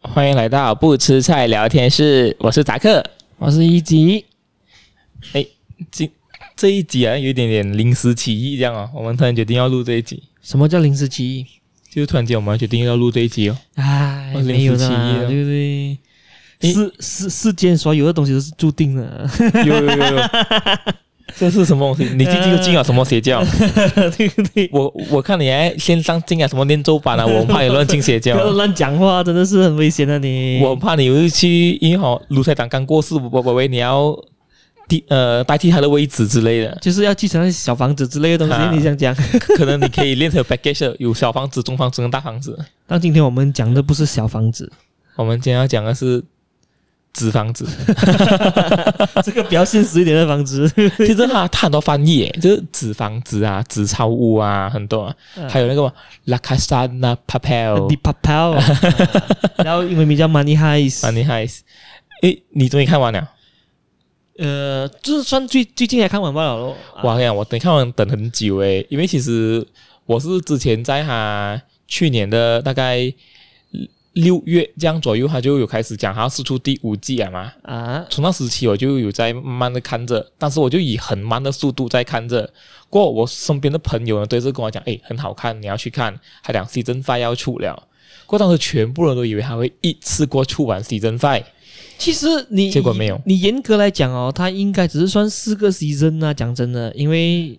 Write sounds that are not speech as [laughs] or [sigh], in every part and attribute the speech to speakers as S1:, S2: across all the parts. S1: 欢迎来到不吃菜聊天室，我是扎克。
S2: 我是一级，
S1: 今这一集啊，有一点点临时起意这样哦，我们突然决定要录这一集，
S2: 什么叫临时起意？
S1: 就突然间我们决定要录这一集哦。
S2: 哎，
S1: 哦临时
S2: 没有的
S1: 起
S2: 嘛，
S1: 意啊
S2: 对不对？
S1: 诶
S2: 世世世间所有的东西都是注定的，
S1: [laughs] 有有有有， [laughs] 这是什么东西？你最近又进了什么邪教？
S2: [laughs] 对不对？
S1: [laughs] 我我看你还线上进啊什么念咒版啊，我很怕你乱进邪
S2: 不
S1: 教。 [laughs]
S2: 要乱讲话，真的是很危险的你。，
S1: 我很怕你又去，因为好卢台长刚过世，我我我以为你要替呃代替他的位置之类的
S2: 就是要继承那些小房子之类的东
S1: 啊
S2: 西，你想讲？
S1: 可能你可以练成 package，有小房子、中房子跟大房子。
S2: 但今天我们讲的不是小房 [laughs] 子，
S1: 我们今天要讲的是纸房子，
S2: 这个比较现实一点的房 [laughs] 子。
S1: 其实它它很多翻译耶，就是纸房子啊、纸钞屋啊，很多啊，还有那个 La Casa de
S2: d e
S1: Papel，
S2: p a p e [laughs] l 然后英文名叫 Money
S1: 蛮
S2: Heist。
S1: 厉害。啊诶，你终于看完了？
S2: 呃，就是算最最近才看完罢了咯。啊
S1: 哇，我跟你讲，我等看完等很久诶，因为其实我是之前在他去年的大概六月这样左右，他就有开始讲，他要试出第五季啊嘛。
S2: 啊，
S1: 从那时起我就有在慢慢的看着，但是我就以很慢的速度在看着。过后我身边的朋友呢，都是跟我讲，哎，很好看，你要去看。他讲 season five 要出了，过后当时全部人都以为他会一次过出完 season five，
S2: 其实你
S1: 结果没有
S2: 你严格来讲哦，它应该只是算四个 season 啊。讲真的，因为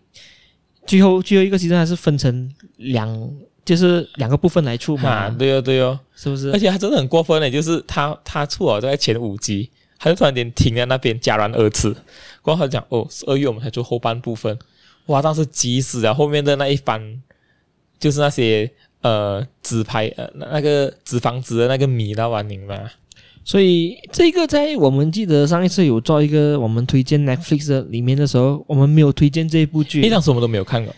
S2: 最后最后一个 season 还是分成两，就是两个部分来出嘛，
S1: 啊，对哦对哦，
S2: 是不是
S1: 而？且他真的很过分的，欸就是他他出了在前五集，他就突然间停在那边戛然而止。过后他讲，哦，二月我们才做后半部分，哇，当时急死了，后面的那一番就是那些。呃，纸牌呃，那那个纸房子的那个米那玩明白吗？
S2: 所以这个在我们记得上一次有做一个我们推荐 Netflix 的里面的时候，我们没有推荐这一部
S1: 因为
S2: 剧，
S1: 当时我们都没有看过。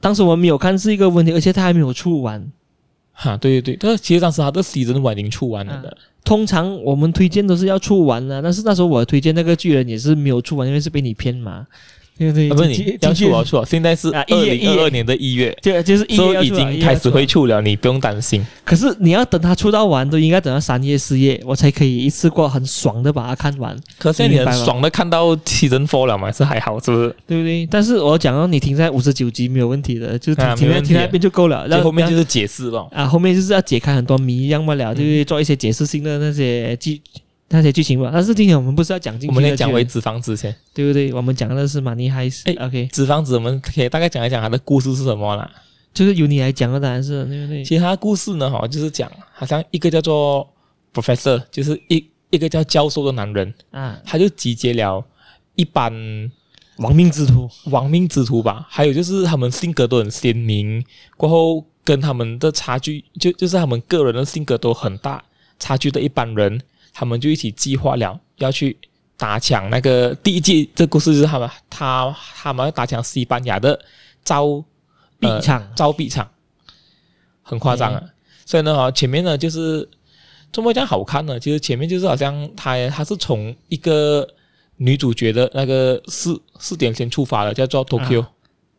S2: 当时我们没有看是一个问题，而且它还没有出完。
S1: 哈，对对对，但是其实当时他的 season one 已经出完了
S2: 啊
S1: 的，
S2: 通常我们推荐都是要出完了，但是那时候我推荐那个巨人也是没有出完，因为是被你骗嘛，对不对？
S1: 啊不是
S2: 经
S1: 你要
S2: 纪
S1: 出
S2: 经纪
S1: 啊出啊，现在是
S2: 啊
S1: 二
S2: 一月
S1: 零二二年的一月，
S2: 对，就是一月
S1: 所
S2: 要
S1: 以已
S2: 出啊了
S1: 经开始。
S2: 一月要出了
S1: 会出啊了，你不用担心。
S2: 可是你要等它出到完，都应该等到三月四月，我才可以一次过很爽的把它看完，
S1: 可是你
S2: 明
S1: 很
S2: 白吗呃
S1: 爽的看到 season four 了嘛，是还好是不是？
S2: 对不对？但是我讲到你停在五十九集没有问题的，就停、
S1: 啊
S2: 停
S1: 没
S2: 在
S1: 问题
S2: 停在那边就够了。然
S1: 所以
S2: 后
S1: 后面就是是解释了。
S2: 啊，后面就是要解开很多谜，要么了，对不对？做一些解释性的那些剧。那些剧情吧，但是今天我们不是要讲进去
S1: 我们
S2: 的
S1: 先讲
S2: 剧
S1: 回纸房子先，
S2: 对不对？我们讲的是马尼海斯
S1: 哎
S2: ，OK，
S1: 纸房子我们可以大概讲一讲它的故事是什么啦。
S2: 就是由你来讲的，当然是对不对？
S1: 其实它的故事呢，哈，就是讲好像一个叫做 professor，就是一一个叫教授的男人，
S2: 啊，
S1: 他就集结了一般
S2: 亡命之徒，
S1: 亡命之徒吧，还有就是他们性格都很鲜明，过后跟他们的差距就就是他们个人的性格都很大差距的一般人，他们就一起计划了要去打抢那个第一季这故事就是他们他他们要打抢西班牙的招
S2: 必
S1: 呃
S2: 场、
S1: 招币场，很夸张啊。所以呢，哈，前面呢就是怎么讲好看呢？其实前面就是好像他他是从一个女主角的那个视视点先出发的，叫做 Tokyo，、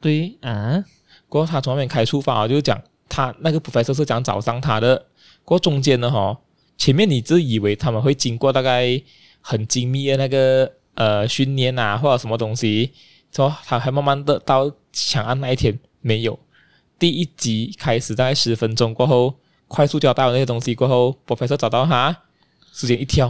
S2: 对啊，
S1: 过后他从那边开出发啊，就是讲他那个 professor 是讲找上他的，过后中间呢，哈，前面你自以为他们会经过大概很精密的那个呃训练啊，或者什么东西，说他还慢慢的到抢案那一天没有。第一集开始大概十分钟过后，快速交代完那些东西过后，professor 找到他，时间一跳，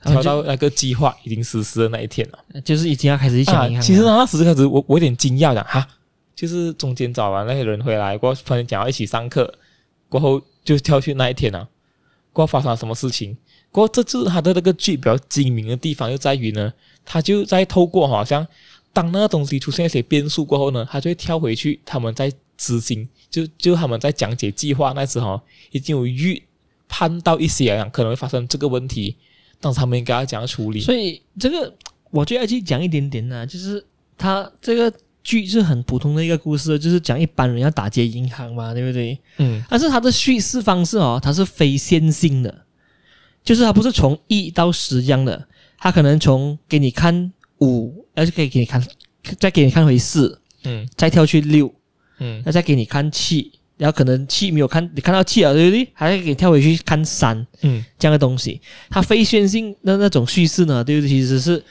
S2: 他
S1: 跳
S2: 们
S1: 到
S2: 就
S1: 那个计划已经实施的那一天了。
S2: 就是已经要开始去抢银行了、
S1: 啊。其实那时开始，我我有点惊讶的哈，就是中间找完那些人回来，过后突然讲要一起上课，过后就跳去那一天啊，过后发生了什么事情？过后这次他的那个剧比较精明的地方就在于呢，他就在透过好像当那个东西出现一些变数过后呢，他就会跳回去，他们在执行，就就他们在讲解计划那时候已经有预判到一些啊可能会发生这个问题，但是他们应该要怎样处理？
S2: 所以这个我就要去讲一点点呢、就是他这个剧是很普通的一个故事，就是讲一般人要打劫银行嘛，对不对？
S1: 嗯，
S2: 但是他的叙事方式哦，它是非线性的，就是它不是从一到十这样的，它可能从给你看五，而且可以给你看，再给你看回四，
S1: 嗯
S2: 再跳去六，
S1: 嗯
S2: 那再给你看七，然后可能气没有看，你看到气了对不对？还给跳回去看山
S1: 嗯
S2: 这样的东西。它非线性的那种叙事呢，对不对？其实是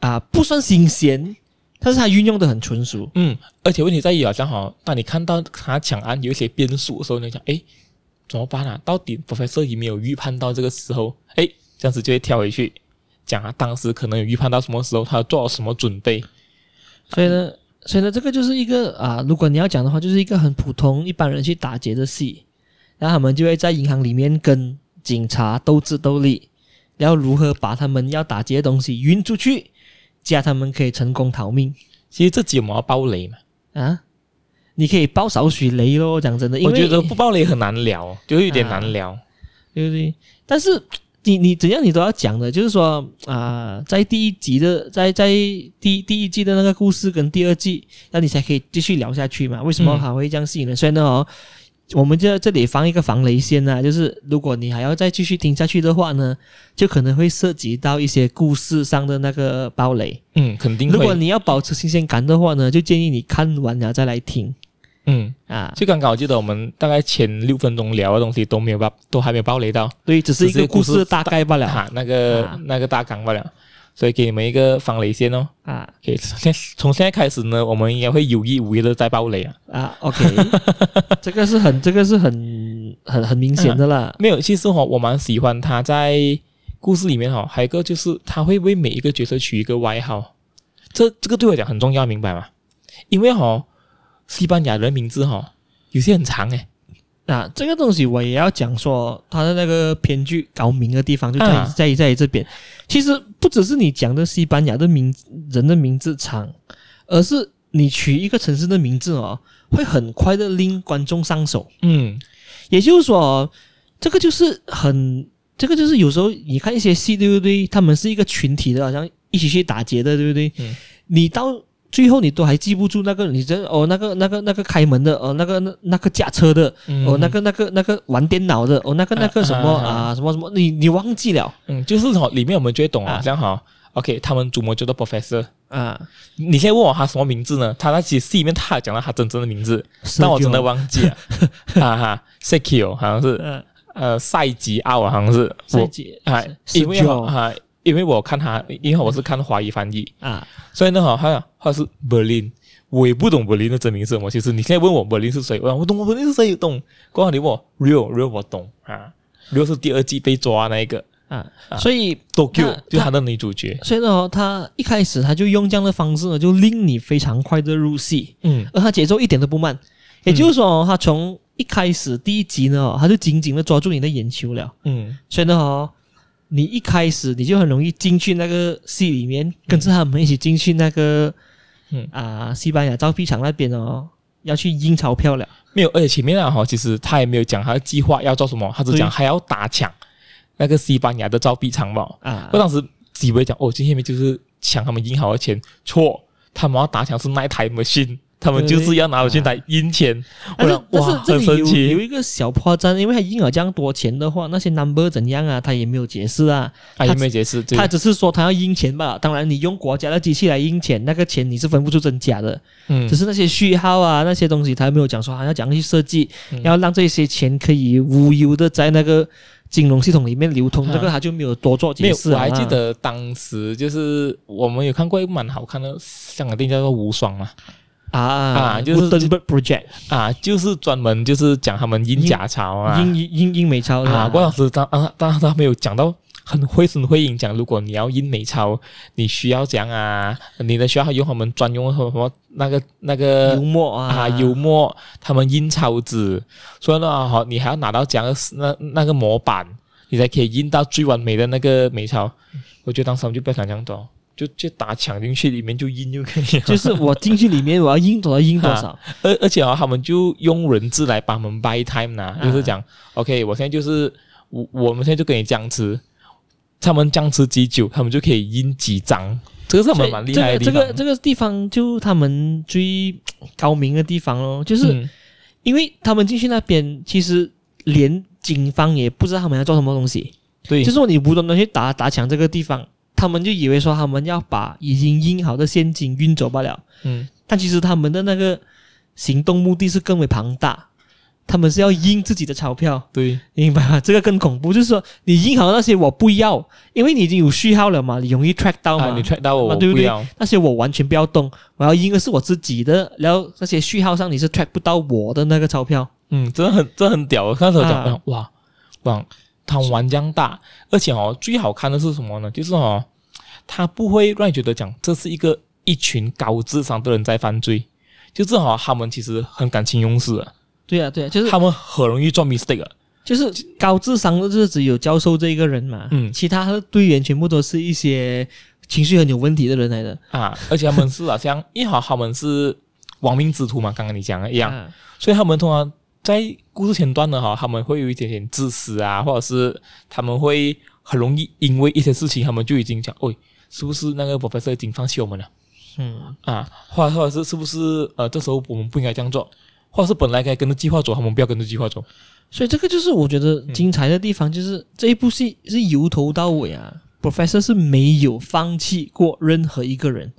S2: 啊、不算新鲜，但是它运用的很纯熟。
S1: 嗯，而且问题在于好像哈，当你看到他抢案有一些变数的时候，你就想哎怎么办啊？到底 professor 有没有预判到这个时候？哎，这样子就会跳回去讲他当时可能有预判到什么时候，他做了什么准备？
S2: 所以呢，所以呢，这个就是一个啊、如果你要讲的话，就是一个很普通一般人去打劫的戏，然后他们就会在银行里面跟警察斗智斗力，然后如何把他们要打劫的东西运出去，这样他们可以成功逃命
S1: 其实这集我们要爆雷嘛，
S2: 啊。你可以爆少许雷咯，讲真的，因
S1: 我
S2: 为
S1: 觉得不爆雷很难聊，就有点
S2: 啊
S1: 难聊。
S2: 对不对？但是你你怎样你都要讲的，就是说啊、在第一集的在在第第一季的那个故事跟第二季，那你才可以继续聊下去嘛？为什么
S1: 嗯
S2: 还会这样吸引人？所以呢哦，我们就在这里放一个防雷线呐、就是如果你还要再继续听下去的话呢，就可能会涉及到一些故事上的那个暴雷。
S1: 嗯，肯定
S2: 如果
S1: 会。
S2: 你要保持新鲜感的话呢，就建议你看完了再来听
S1: 嗯，
S2: 啊。
S1: 就刚刚我记得我们大概前六分钟聊的东西都没有爆，都还没有爆雷到。
S2: 对，只是一
S1: 只是
S2: 个
S1: 故
S2: 故
S1: 事
S2: 事的大概罢了
S1: 啊，那个、
S2: 啊
S1: 那个大纲罢了，所以给你们一个防雷线哦。
S2: 啊。
S1: 可以，现从现在开始呢，我们应该会有意无意的在爆雷啊。
S2: 啊，OK，这个是很，这个是很很很明显的啦。
S1: 没有，其实哈、我蛮喜欢他在故事里面哈、还有一个就是他会为每一个角色取一个外号，这这个对我来讲很重要，明白吗？因为哈、西班牙人名字哈、有些很长诶，
S2: 啊，这个东西我也要讲说，它的那个编剧高明的地方就在于、
S1: 啊
S2: 在于在于这边。其实不只是你讲的西班牙的名人的名字长，而是你取一个城市的名字哦，会很快的令观众上手。
S1: 嗯
S2: 也就是说哦，这个就是很，这个就是有时候你看一些戏，对不对？他们是一个群体的，好像一起去打劫的，对不对？
S1: 嗯
S2: 你到最后你都还记不住那个，你这哦那个那个那个开门的，哦那个那那个驾车的，
S1: 嗯，
S2: 哦那个那个那个玩电脑的，哦那个那个
S1: 啊
S2: 什么
S1: 啊啊
S2: 啊什么什么，你你忘记了
S1: 嗯，就是哈、里面我们就会懂啊，
S2: 啊
S1: 像哈、OK，他们主谋叫做 Professor。
S2: 啊？
S1: 你现在问我他什么名字呢？他在其实戏里面他有讲到他真正的名字，但我真的
S2: 忘，
S1: 忘记
S2: [laughs]
S1: 了。哈哈 s e k i o 好像是，
S2: 嗯，
S1: 呃，赛吉奥好像是
S2: 赛
S1: 我
S2: 季
S1: 啊，因为我啊，因为我看他，因为我是看华语翻译，
S2: 啊
S1: 所以呢，哈，他他是 Berlin，我也不懂 Berlin 的真名是什么。其实你现在问我 Berlin 是谁，我讲我懂 Berlin 是谁，懂。过后你问我 Rio Rio 我懂啊，Rio 是第二季被抓那一个
S2: 啊
S1: 啊，
S2: 所以
S1: Tokyo，就
S2: 他
S1: 他的女主角。
S2: 所以呢、哦，他一开始他就用这样的方式呢，就令你非常快的入戏，
S1: 嗯
S2: 而他节奏一点都不慢。也就是说、哦，他从一开始第一集呢、哦，他就紧紧的抓住你的眼球了。
S1: 嗯
S2: 所以呢、哦，你一开始你就很容易进去那个戏里面，跟着他们一起进去那个，
S1: 嗯
S2: 啊、西班牙造币厂那边哦，要去印钞票了。
S1: 没有，而且前面啊哈，其实他也没有讲他的计划要做什么，他只讲还要打抢那个西班牙的造币厂嘛。
S2: 啊
S1: 我当时以为讲哦，今天就是抢他们印好的钱，错，他们要打抢是那一台 machine，他们就是要拿我去来印钱。我
S2: 但是
S1: 讲
S2: 但
S1: 哇，
S2: 是这
S1: 很
S2: 里
S1: 神
S2: 有有
S1: 奇，
S2: 一个小破绽，因为他印了这样多钱的话，那些 number 怎样啊，他也没有解释啊。
S1: 啊，有没有解释？对
S2: 他，只是说他要印钱吧，当然你用国家的机器来印钱，那个钱你是分不出真假的。
S1: 嗯
S2: 只，是那些序号啊，那些东西他没有讲说还要怎样去设计，
S1: 嗯
S2: 要让这些钱可以无忧的在那个金融系统里面流通，
S1: 啊
S2: 这个他就没有多做
S1: 没
S2: 解
S1: 有，
S2: 释
S1: 我
S2: 啊。
S1: 还记得当时就是我们有看过一部蛮好看的香港电影叫做《无双》嘛，
S2: 啊
S1: 啊
S2: 啊
S1: 就是
S2: Gutenberg Project
S1: 啊，就是专门就是讲他们印
S2: 印
S1: 假钞啊，
S2: 英英英英美钞的
S1: 啊，郭老师当啊，当然他没有讲到很绘声绘影，讲如果你要印美钞，你需要讲啊，你的需要用他们专用的什么那个那
S2: 幽
S1: 个
S2: 默啊
S1: 啊幽默，他们印钞纸，所以呢，好，你还要拿到讲那那个模板，你才可以印到最完美的那个美钞。我觉得当时我们就不要想这样多，就就打抢进去里面就印就可以了。
S2: 就是我进去里面我要印多少印多
S1: [laughs]
S2: 少，
S1: 而而且啊，他们就用文字来帮我们 buy time 呐、
S2: 啊
S1: 就是讲、OK，我现在就是我我们现在就跟你僵持，他们僵持几久，他们就可以印几张，这个是他
S2: 所
S1: 们
S2: 以
S1: 蛮厉
S2: 这
S1: 害的
S2: 个
S1: 地
S2: 这
S1: 方。
S2: 个这个地方就他们最高明的地方咯，就是。
S1: 嗯
S2: 因为他们进去那边，其实连警方也不知道他们要做什么东西，
S1: 对，
S2: 就是说你无端端去打打抢这个地方，他们就以为说他们要把已经印好的现金运走罢了，
S1: 嗯，
S2: 但其实他们的那个行动目的是更为庞大，他们是要印自己的钞票，
S1: 对，
S2: 你明白吗？这个更恐怖，就是说你印好那些我不要，因为你已经有序号了嘛，你容易 track 到嘛。
S1: 啊，你 check 到我，
S2: 啊
S1: 我
S2: 对不
S1: 不
S2: 对
S1: 要，
S2: 那些我完全不要动，我要印的是我自己的，然后那些序号上你是 track 不到我的那个钞票。
S1: 嗯，真的很，真的很屌。我那时候讲、
S2: 啊
S1: 哇，哇，他玩这样大，而且哦，最好看的是什么呢？就是哦，他不会让你觉得讲这是一个一群高智商的人在犯罪，就是哦，他们其实很感情用事的，
S2: 对啊，对啊，就是
S1: 他们很容易做 mistake 的。
S2: 就是高智商的就只有教授这一个人嘛，
S1: 嗯
S2: 其他的队员全部都是一些情绪很有问题的人来的，
S1: 啊，而且他们是好像，因为好他们是亡命之徒嘛，刚刚你讲的一样，
S2: 啊
S1: 所以他们通常在故事前段呢，哈，他们会有一点点自私啊，或者是他们会很容易因为一些事情，他们就已经讲，喂、是不是那个 professor 已经放弃我们了
S2: 嗯，
S1: 啊？或或者是是不是呃，这时候我们不应该这样做，或者是本来该跟着计划走，他们不要跟着计划走。
S2: 所以这个就是我觉得精彩的地方，就是、这一部戏是由头到尾啊，Professor 是没有放弃过任何一个人，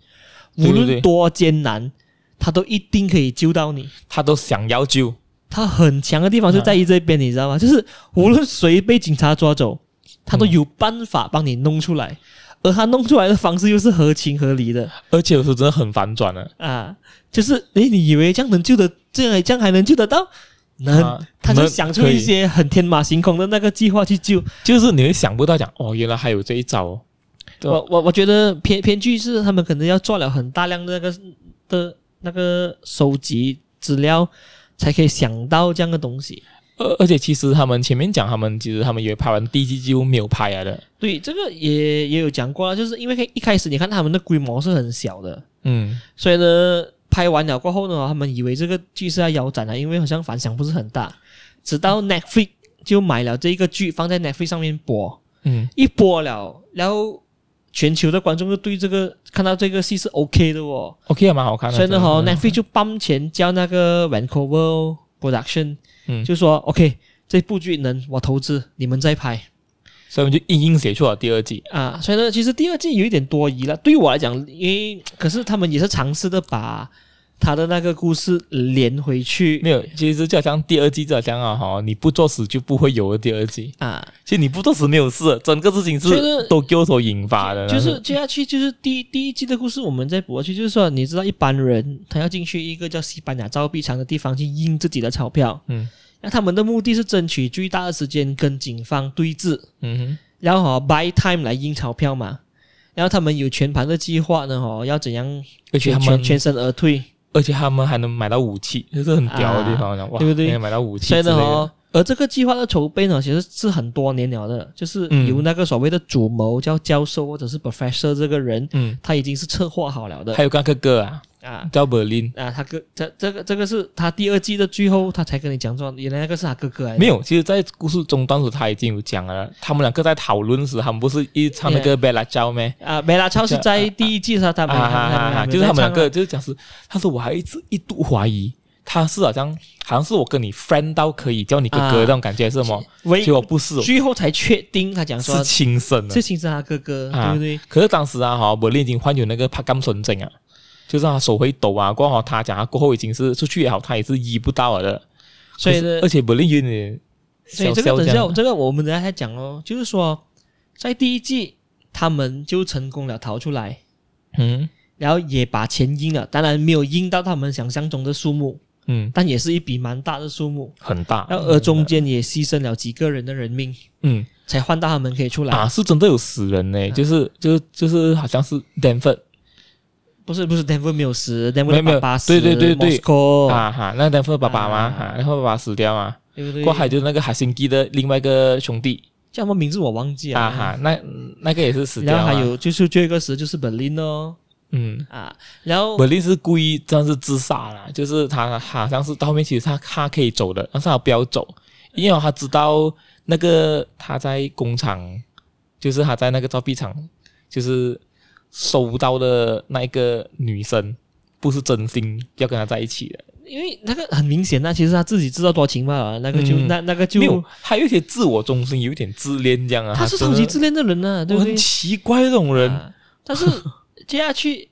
S1: 对
S2: 无
S1: 对
S2: 论
S1: 对
S2: 多艰难，他都一定可以救到你。
S1: 他都想要救，
S2: 他很强的地方就在于这边，你
S1: 嗯
S2: 知道吗？就是无论谁被警察抓走，他都有办法帮你弄出
S1: 嗯
S2: 来，而他弄出来的方式又是合情合理的
S1: 而且有时候真的很反转的，
S2: 啊！就是诶，你以为这样能救得，这样这样还能救得到？能，
S1: 啊
S2: 他就
S1: 能
S2: 想出
S1: 可以
S2: 一些很天马行空的那个计划去救。
S1: 就是你会想不到讲哦，原来还有这一招哦。对
S2: 我我我觉得编编剧是他们可能要做了很大量的那个的那个收集资料，才可以想到这样的东西。
S1: 而而且其实他们前面讲，他们其实他们也拍完第一季几乎没有拍来的，
S2: 对，这个也也有讲过了，就是因为一开始你看他们的规模是很小的，
S1: 嗯，
S2: 所以呢，拍完了过后呢，他们以为这个剧是要腰斩啊了，因为好像反响不是很大。直到 Netflix 就买了这一个剧，放在 Netflix 上面播，
S1: 嗯，
S2: 一播了，然后全球的观众就对这个看到这个戏是 OK 的哦，
S1: OK 还蛮好看的。
S2: 所以呢，哈、
S1: 真的
S2: Netflix 就帮钱叫那个 Vancouver
S1: 嗯
S2: Production，、就说 OK，这部剧能我投资，你们再拍。
S1: 所以我们就硬硬写出了第二季。
S2: 啊，所以呢，其实第二季有一点多疑了。对于我来讲，因为可是他们也是尝试的把他的那个故事连回去
S1: 没有，其实就好像第二季就好像啊哈，你不作死就不会有的第二季。
S2: 啊，
S1: 其实你不作死没有事，整个事情
S2: 所以
S1: 是呃
S2: 呢，
S1: 都由所引发的。
S2: 就是接下去就是第第一季的故事，我们再补下去，就是说，你知道一般人他要进去一个叫西班牙造币厂的地方去印自己的钞票，
S1: 嗯
S2: 那他们的目的是争取最大的时间跟警方对峙，
S1: 嗯
S2: 然后、哦、buy time 来印钞票嘛。然后他们有全盘的计划呢，哦，要怎样
S1: 哼，嗯而且他
S2: 全
S1: 们
S2: 全，全身而退？
S1: 而且他们还能买到武器，这是很屌的地方了、哇！
S2: 啊对不对
S1: 还能买到武器之
S2: 所
S1: 类
S2: 以呢，
S1: 的，
S2: 哦，而这个计划的筹备呢，其实是很多年了的，就是
S1: 嗯
S2: 由那个所谓的主谋叫教授或者是 professor 这个人，
S1: 嗯，
S2: 他已经是策划好了的
S1: 还有那个歌啊，
S2: 啊
S1: 叫 Berlin，
S2: 啊，他哥这这个这个是他第二季的最后，他才跟你讲说，原来那个是他哥哥来的
S1: 没有，其实，在故事中当时他已经有讲了，他们两个在讨论时，他们不是一唱那个《贝拉娇》咩？
S2: 啊，梅拉超是在第一季的时候他
S1: 啊
S2: 们
S1: 哈哈哈！
S2: 们
S1: 就是他们
S2: 在
S1: 两
S2: 唱啊
S1: 个，就是讲是，他说我还一直一度怀疑他是好像好像是我跟你 friend 到可以叫你哥哥
S2: 啊
S1: 那种感觉是吗？
S2: 喂
S1: 结果不是哦，
S2: 最后才确定他讲说
S1: 是亲生的
S2: 这。哎亲是他哥哥，
S1: 啊
S2: 对不对？
S1: 可是当时啊哈，我已经患有那个帕甘纯症啊，就是他手会抖啊，过后他讲他过后已经是出去也好，他也是医不到了的。
S2: 所以
S1: 可
S2: 呢
S1: 是而，且柏林有点
S2: 所以
S1: 小
S2: 这
S1: 小
S2: 个等
S1: 这
S2: 一下，
S1: 样，
S2: 这个我们等一下再讲哦。就是说，在第一季他们就成功了逃出来，
S1: 嗯
S2: 然后也把钱赢了，当然没有赢到他们想象中的数目，
S1: 嗯，
S2: 但也是一笔蛮大的数目。
S1: 很大。
S2: 然后而中间也牺牲了几个人的人命，
S1: 嗯，
S2: 才换到他们可以出来。
S1: 啊，是真的有死人
S2: 啊
S1: 呢、就是就是就是好像是 Denver
S2: 不是不是，Denver 没有死，Denver
S1: 没有没
S2: 的
S1: 有
S2: 爸爸死，
S1: 对对对对
S2: Moscow，、
S1: 啊哈，那 Denver 爸爸嘛，
S2: 哦
S1: 啊，
S2: 啊
S1: 然后爸爸死掉嘛，
S2: 对不对？
S1: 过海就是那个海星基的另外一个兄弟
S2: 叫什么名字我忘记了。
S1: 啊哈，那那个也是死掉啊
S2: 然后
S1: 嘛，
S2: 还有就是最后一个死就是 Berlin 哦
S1: 嗯。
S2: 啊，然后
S1: 本利是故意这样是自杀啦，就是他他好像是到后面其实他他可以走的，但是他不要走，因为他知道那个他在工厂，就是他在那个造币厂，就是收到的那一个女生不是真心要跟他在一起的，
S2: 因为那个很明显那其实他自己自作多情嘛，那个就、
S1: 嗯
S2: 那那个
S1: 没
S2: 就
S1: 有，他有一些自我中心，有一点自恋这样啊。
S2: 他是超级自恋的人呢、啊，对
S1: 恋，我
S2: 啊不对 [laughs]
S1: 很？奇怪这种人。
S2: 啊但是接下去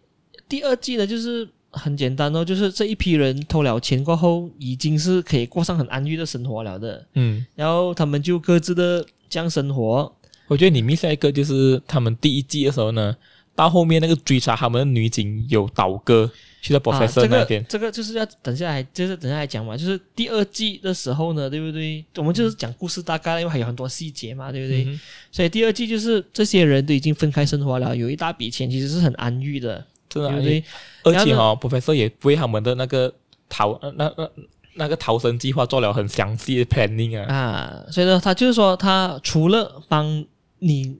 S2: 第二季呢，就是很简单哦，就是这一批人偷了钱过后，已经是可以过上很安逸的生活了的，
S1: 嗯，
S2: 然后他们就各自的这样生活，
S1: 我觉得你 miss 了一个就是他们第一季的时候呢，到后面那个追查他们的女警有倒戈去到
S2: 啊，
S1: professor
S2: 这
S1: 那
S2: 个
S1: 边，
S2: 这个就是要等下来，就是等下来讲嘛。就是第二季的时候呢，对不对？我们就是讲故事大概，因为还有很多细节嘛，对不对？
S1: 嗯哼
S2: 所以第二季就是这些人都已经分开生活了，有一大笔钱其实是很安逸的，
S1: 真
S2: 对
S1: 的啊
S2: 不，对？
S1: 而
S2: 然后
S1: 且
S2: 呢
S1: 哦，professor 也为他们的那个逃呃那那那个逃生计划做了很详细的 planning 啊，
S2: 啊，所以呢，他就是说，他除了帮你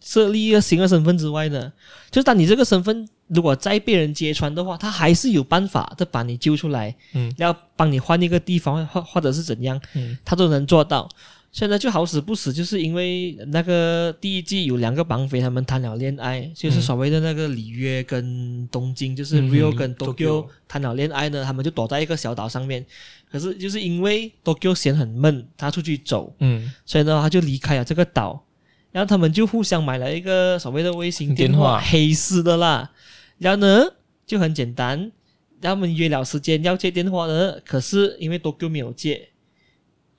S2: 设立一个新的身份之外呢，就是当你这个身份如果再被人揭穿的话，他还是有办法的把你揪出来，
S1: 嗯，
S2: 要帮你换一个地方，或或者是怎样，
S1: 嗯，
S2: 他都能做到。现在就好死不死，就是因为那个第一季有两个绑匪，他们谈了恋爱，就是所谓的那个里约跟东京，就是
S1: 嗯
S2: Rio 跟
S1: Tokyo
S2: Tokyo 谈了恋爱呢，他们就躲在一个小岛上面。可是就是因为 Tokyo 嫌很闷，他出去走，
S1: 嗯，
S2: 所以呢他就离开了这个岛，然后他们就互相买了一个所谓的卫星电
S1: 电话
S2: 黑丝的啦。然后呢就很简单，他们约了时间要接电话呢，可是因为 Tokyo 没有接。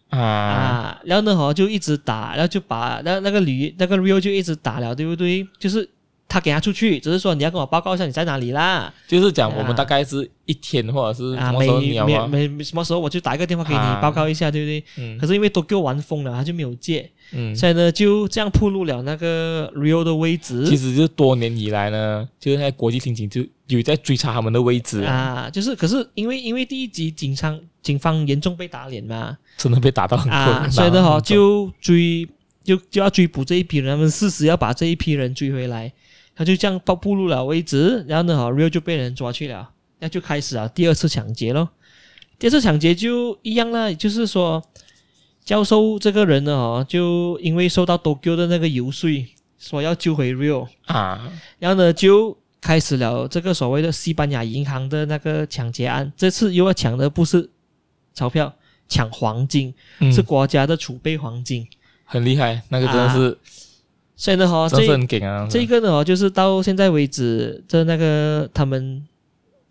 S1: 啊，
S2: 啊，然后呢，好就一直打，然后就把那那个驴那个 Rio 就一直打了，对不对？就是他给他出去，只是说你要跟我报告一下你在哪里啦。
S1: 就是讲我们
S2: 啊
S1: 大概是一天或者是什
S2: 啊，
S1: 么
S2: 没
S1: 时候你要
S2: 没
S1: 啊，
S2: 没没什么时候我就打一个电话给你、
S1: 啊
S2: 报告一下，对不对？
S1: 嗯
S2: 可是因为 Tokyo 玩疯了，他就没有借，
S1: 嗯，
S2: 所以呢就这样暴露了那个 Rio 的位
S1: 其
S2: 置。
S1: 实就多年以来呢，就是在国际刑警就有在追查他们的位置，
S2: 啊，就是可是因为因为第一集警方警方严重被打脸嘛，
S1: 真的被打到很困嗯
S2: 啊，
S1: 难，
S2: 所以呢，哈，
S1: 很重
S2: 就追就就要追捕这一批人，他们事实要把这一批人追回来，他就这样暴暴露了位置，然后呢，哈，Rio 就被人抓去了，那就开始了第二次抢劫咯。第二次抢劫就一样啦，就是说，教授这个人呢，哦，就因为受到 Tokyo 的那个游说，说要救回 Rio，
S1: 啊，
S2: 然后呢就开始了这个所谓的西班牙银行的那个抢劫案。这次又要抢的不是钞票，抢黄金。
S1: 嗯
S2: 是国家的储备黄金。
S1: 很厉害，那个真的是
S2: 哦所以呢，哈，
S1: 真是
S2: 这
S1: 很给啊，
S2: 这个呢，哦就是到现在为止，这那个他们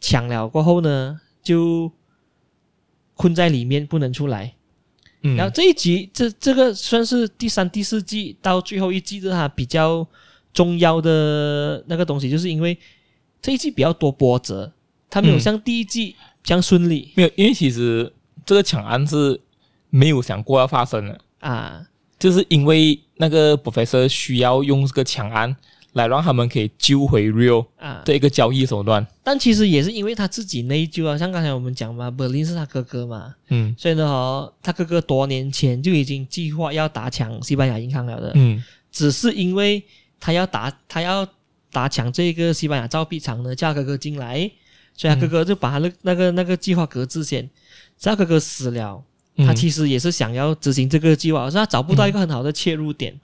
S2: 抢了过后呢，就困在里面不能出来。
S1: 嗯
S2: 然后这一集，这这个算是第三、第四季到最后一季的它比较重要的那个东西，就是因为这一季比较多波折，它没有
S1: 嗯
S2: 像第一季这样顺利、
S1: 没有，因为其实这个抢案是没有想过要发生的，
S2: 啊。
S1: 就是因为那个 professor 需要用这个抢案来让他们可以揪回 Rio
S2: 啊，
S1: 这一个交易手段，
S2: 但其实也是因为他自己内疚啊，像刚才我们讲嘛，柏林是他哥哥嘛，
S1: 嗯
S2: 所以呢、哦，他哥哥多年前就已经计划要打抢西班牙银行了的，
S1: 嗯
S2: 只是因为他要打他要打抢这个西班牙造币厂呢，叫他哥哥进来，所以他哥哥就把他的那个那个计划搁置先。只要哥哥死了，
S1: 嗯，
S2: 他其实也是想要执行这个计划，可是他找不到一个很好的切入点。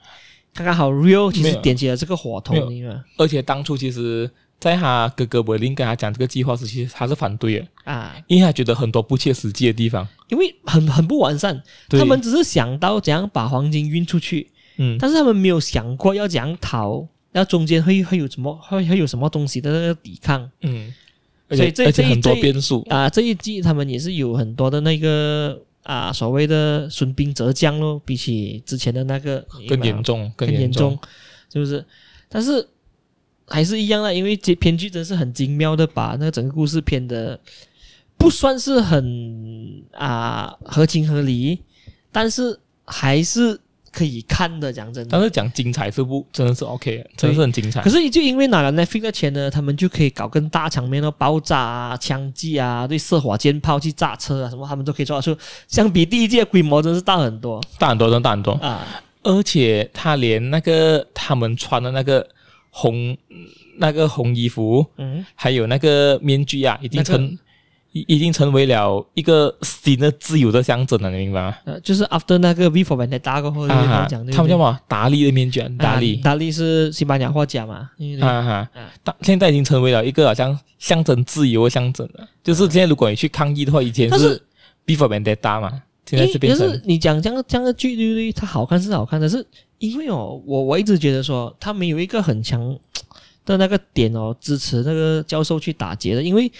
S2: 刚刚好 Rio 其
S1: 没
S2: 实
S1: 有
S2: 点起了这个火头
S1: 没，有
S2: 你知道吗？
S1: 而且当初其实在他哥哥柏林跟他讲这个计划时，其实他是反对的，
S2: 啊，
S1: 因为他觉得很多不切实际的地方，
S2: 因为很很不完善，
S1: 对
S2: 他们只是想到怎样把黄金运出去，
S1: 嗯
S2: 但是他们没有想过要怎样逃，然后中间会会有什么会会有什么东西的那个抵抗
S1: 嗯，而
S2: 所
S1: 且
S2: 以这
S1: 而且
S2: 这一
S1: 很多
S2: 这一
S1: 变数，
S2: 啊。这一季他们也是有很多的那个啊所谓的损兵折将咯，比起之前的那个
S1: 更严重，
S2: 啊更
S1: 严
S2: 严重，，是不是？但是还是一样啦，因为这编剧真是很精妙的把那个整个故事编的不算是很啊合情合理，但是还是可以看的。讲真的
S1: 但，是讲精彩是不真的是 OK，的真的是很精彩
S2: 可。是就因为拿了 Netflix 的钱呢，他们就可以搞更大场面哦，爆炸啊、枪击啊、对射火箭炮去炸车啊，什么他们都可以做得出。相比第一届规模真是大很
S1: [laughs]
S2: 多
S1: 大很多，真的大很多。
S2: 啊！
S1: 而且他连那个他们穿的那个红那个红衣服，
S2: 嗯，
S1: 还有那个面具啊，已经
S2: 那个
S1: 成、已已经成为了一个新的自由的象征了，你明白吗？
S2: 呃，就是 after 那个 V for Vendetta 过后，
S1: 啊
S2: 哦他
S1: 哈
S2: 们讲对不对
S1: 他们叫什么？达利的面具啊，达利
S2: 啊达利是西班牙画家嘛？对不对
S1: 啊哈
S2: 啊，
S1: 但现在已经成为了一个好像象征自由的象征了。就是现在如果你去抗议的话，以前
S2: 但是
S1: 是 Before Vendetta 嘛，现在
S2: 因
S1: 是
S2: 为
S1: 变
S2: 就
S1: 成
S2: 是你讲这样这样的剧，对不对？它好看是好看，但是因为哦，我我一直觉得说它没有一个很强，的那个点哦，支持那个教授去打劫的，因为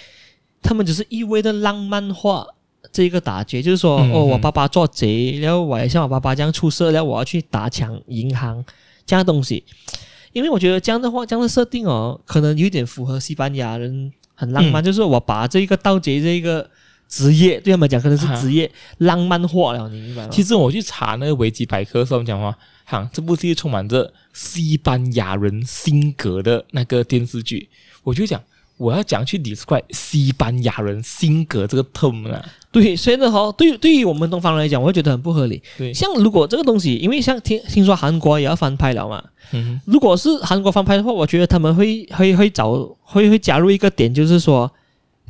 S2: 他们只是一味的浪漫化这一个打劫，就是说，
S1: 嗯
S2: 哦，
S1: 嗯
S2: 我爸爸做贼，然后我也像我爸爸这样出色，然后我要去打抢银行这样的东西。因为我觉得这样的话，这样的设定哦，可能有点符合西班牙人很浪
S1: 嗯
S2: 漫，就是我把这个盗贼这个职业对他们讲可能是
S1: 啊
S2: 职业、浪漫化了，你明白吗？
S1: 其实我去查那个维基百科的时候，讲话，哈，这部剧充满着西班牙人性格的那个电视剧，我就讲我要讲去 describe 西班牙人性格这个 term 啊，
S2: 对，所以呢，哈，对于对于我们东方人来讲，我会觉得很不合理。
S1: 对，
S2: 像如果这个东西，因为像听听说韩国也要翻拍了嘛，
S1: 嗯
S2: 如果是韩国翻拍的话，我觉得他们会会会找会会加入一个点，就是说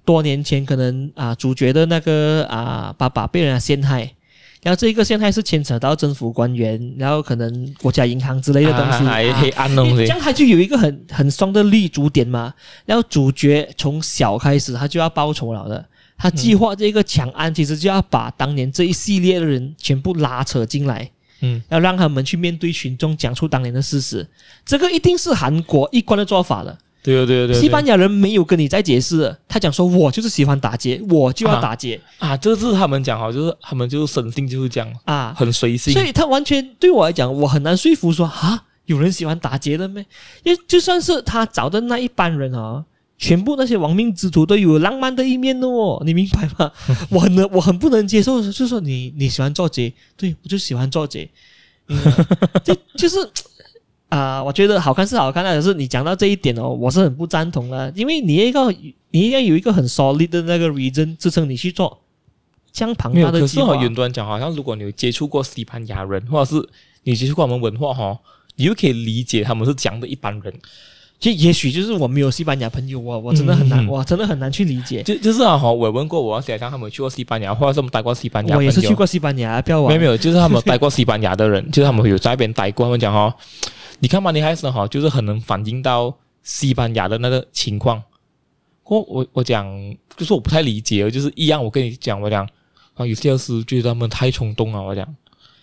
S2: 多年前可能啊、主角的那个啊、爸爸被人家陷害，然后这一个陷害是牵扯到政府官员，然后可能国家银行之类的东
S1: 啊
S2: 西，
S1: 还
S2: 啊
S1: 黑暗东
S2: 这
S1: 西，
S2: 样他就有一个很很双的立足点嘛。然后主角从小开始他就要报仇了的，他计划这个抢案，其实就要把当年这一系列的人全部拉扯进来，
S1: 嗯，
S2: 要让他们去面对群众，讲出当年的事实。这个一定是韩国一贯的做法了。
S1: 对哦对哦对哦，
S2: 西班
S1: 牙
S2: 牙人没有跟你在解释的，他讲说我就是喜欢打劫，我就要打劫
S1: 啊，这是他们讲哦，就是他们就是生性就是这样，
S2: 啊
S1: 很随性
S2: 所，以他完全对我来讲，我很难说服说啊，有人喜欢打劫的咩？因为就算是他找的那一班人啊，全部那些亡命之徒都有浪漫的一面的哦，你明白吗？ [laughs] 我很能，我很不能接受，就是说你你喜欢做贼，对我就喜欢做贼，嗯， [laughs] 这就是。啊、我觉得好看是好看的，可是你讲到这一点哦，我是很不赞同的，因为你一个你应该有一个很 solid 的那个 reason 支撑你去做这样庞
S1: 没有，
S2: 大
S1: 可
S2: 的
S1: 是
S2: 计
S1: 哦
S2: 划。，
S1: 远端讲，好像如果你有接触过西班牙人，或者是你接触过我们文化哈，你就可以理解他们是讲的一般人。
S2: 就也许就是我没有西班牙朋友，我我真的很
S1: 嗯
S2: 难，
S1: 嗯嗯
S2: 我真的很难去理解。
S1: 就就是啊哈，我有问过我想象他们去过西班牙，或者是我们待过西班牙，
S2: 我也是去。过西班牙，不要
S1: 没
S2: 玩。
S1: 有没有，就是他们待过西班牙的人，就是 [laughs] 他们有在那边待过，他们讲哦，你看马尼海森哈，哦就是很能反映到西班牙的那个情况。我我我讲，就是我不太理解，就是一样，我跟你讲，我讲啊，有些是觉得他们太冲动了，我讲，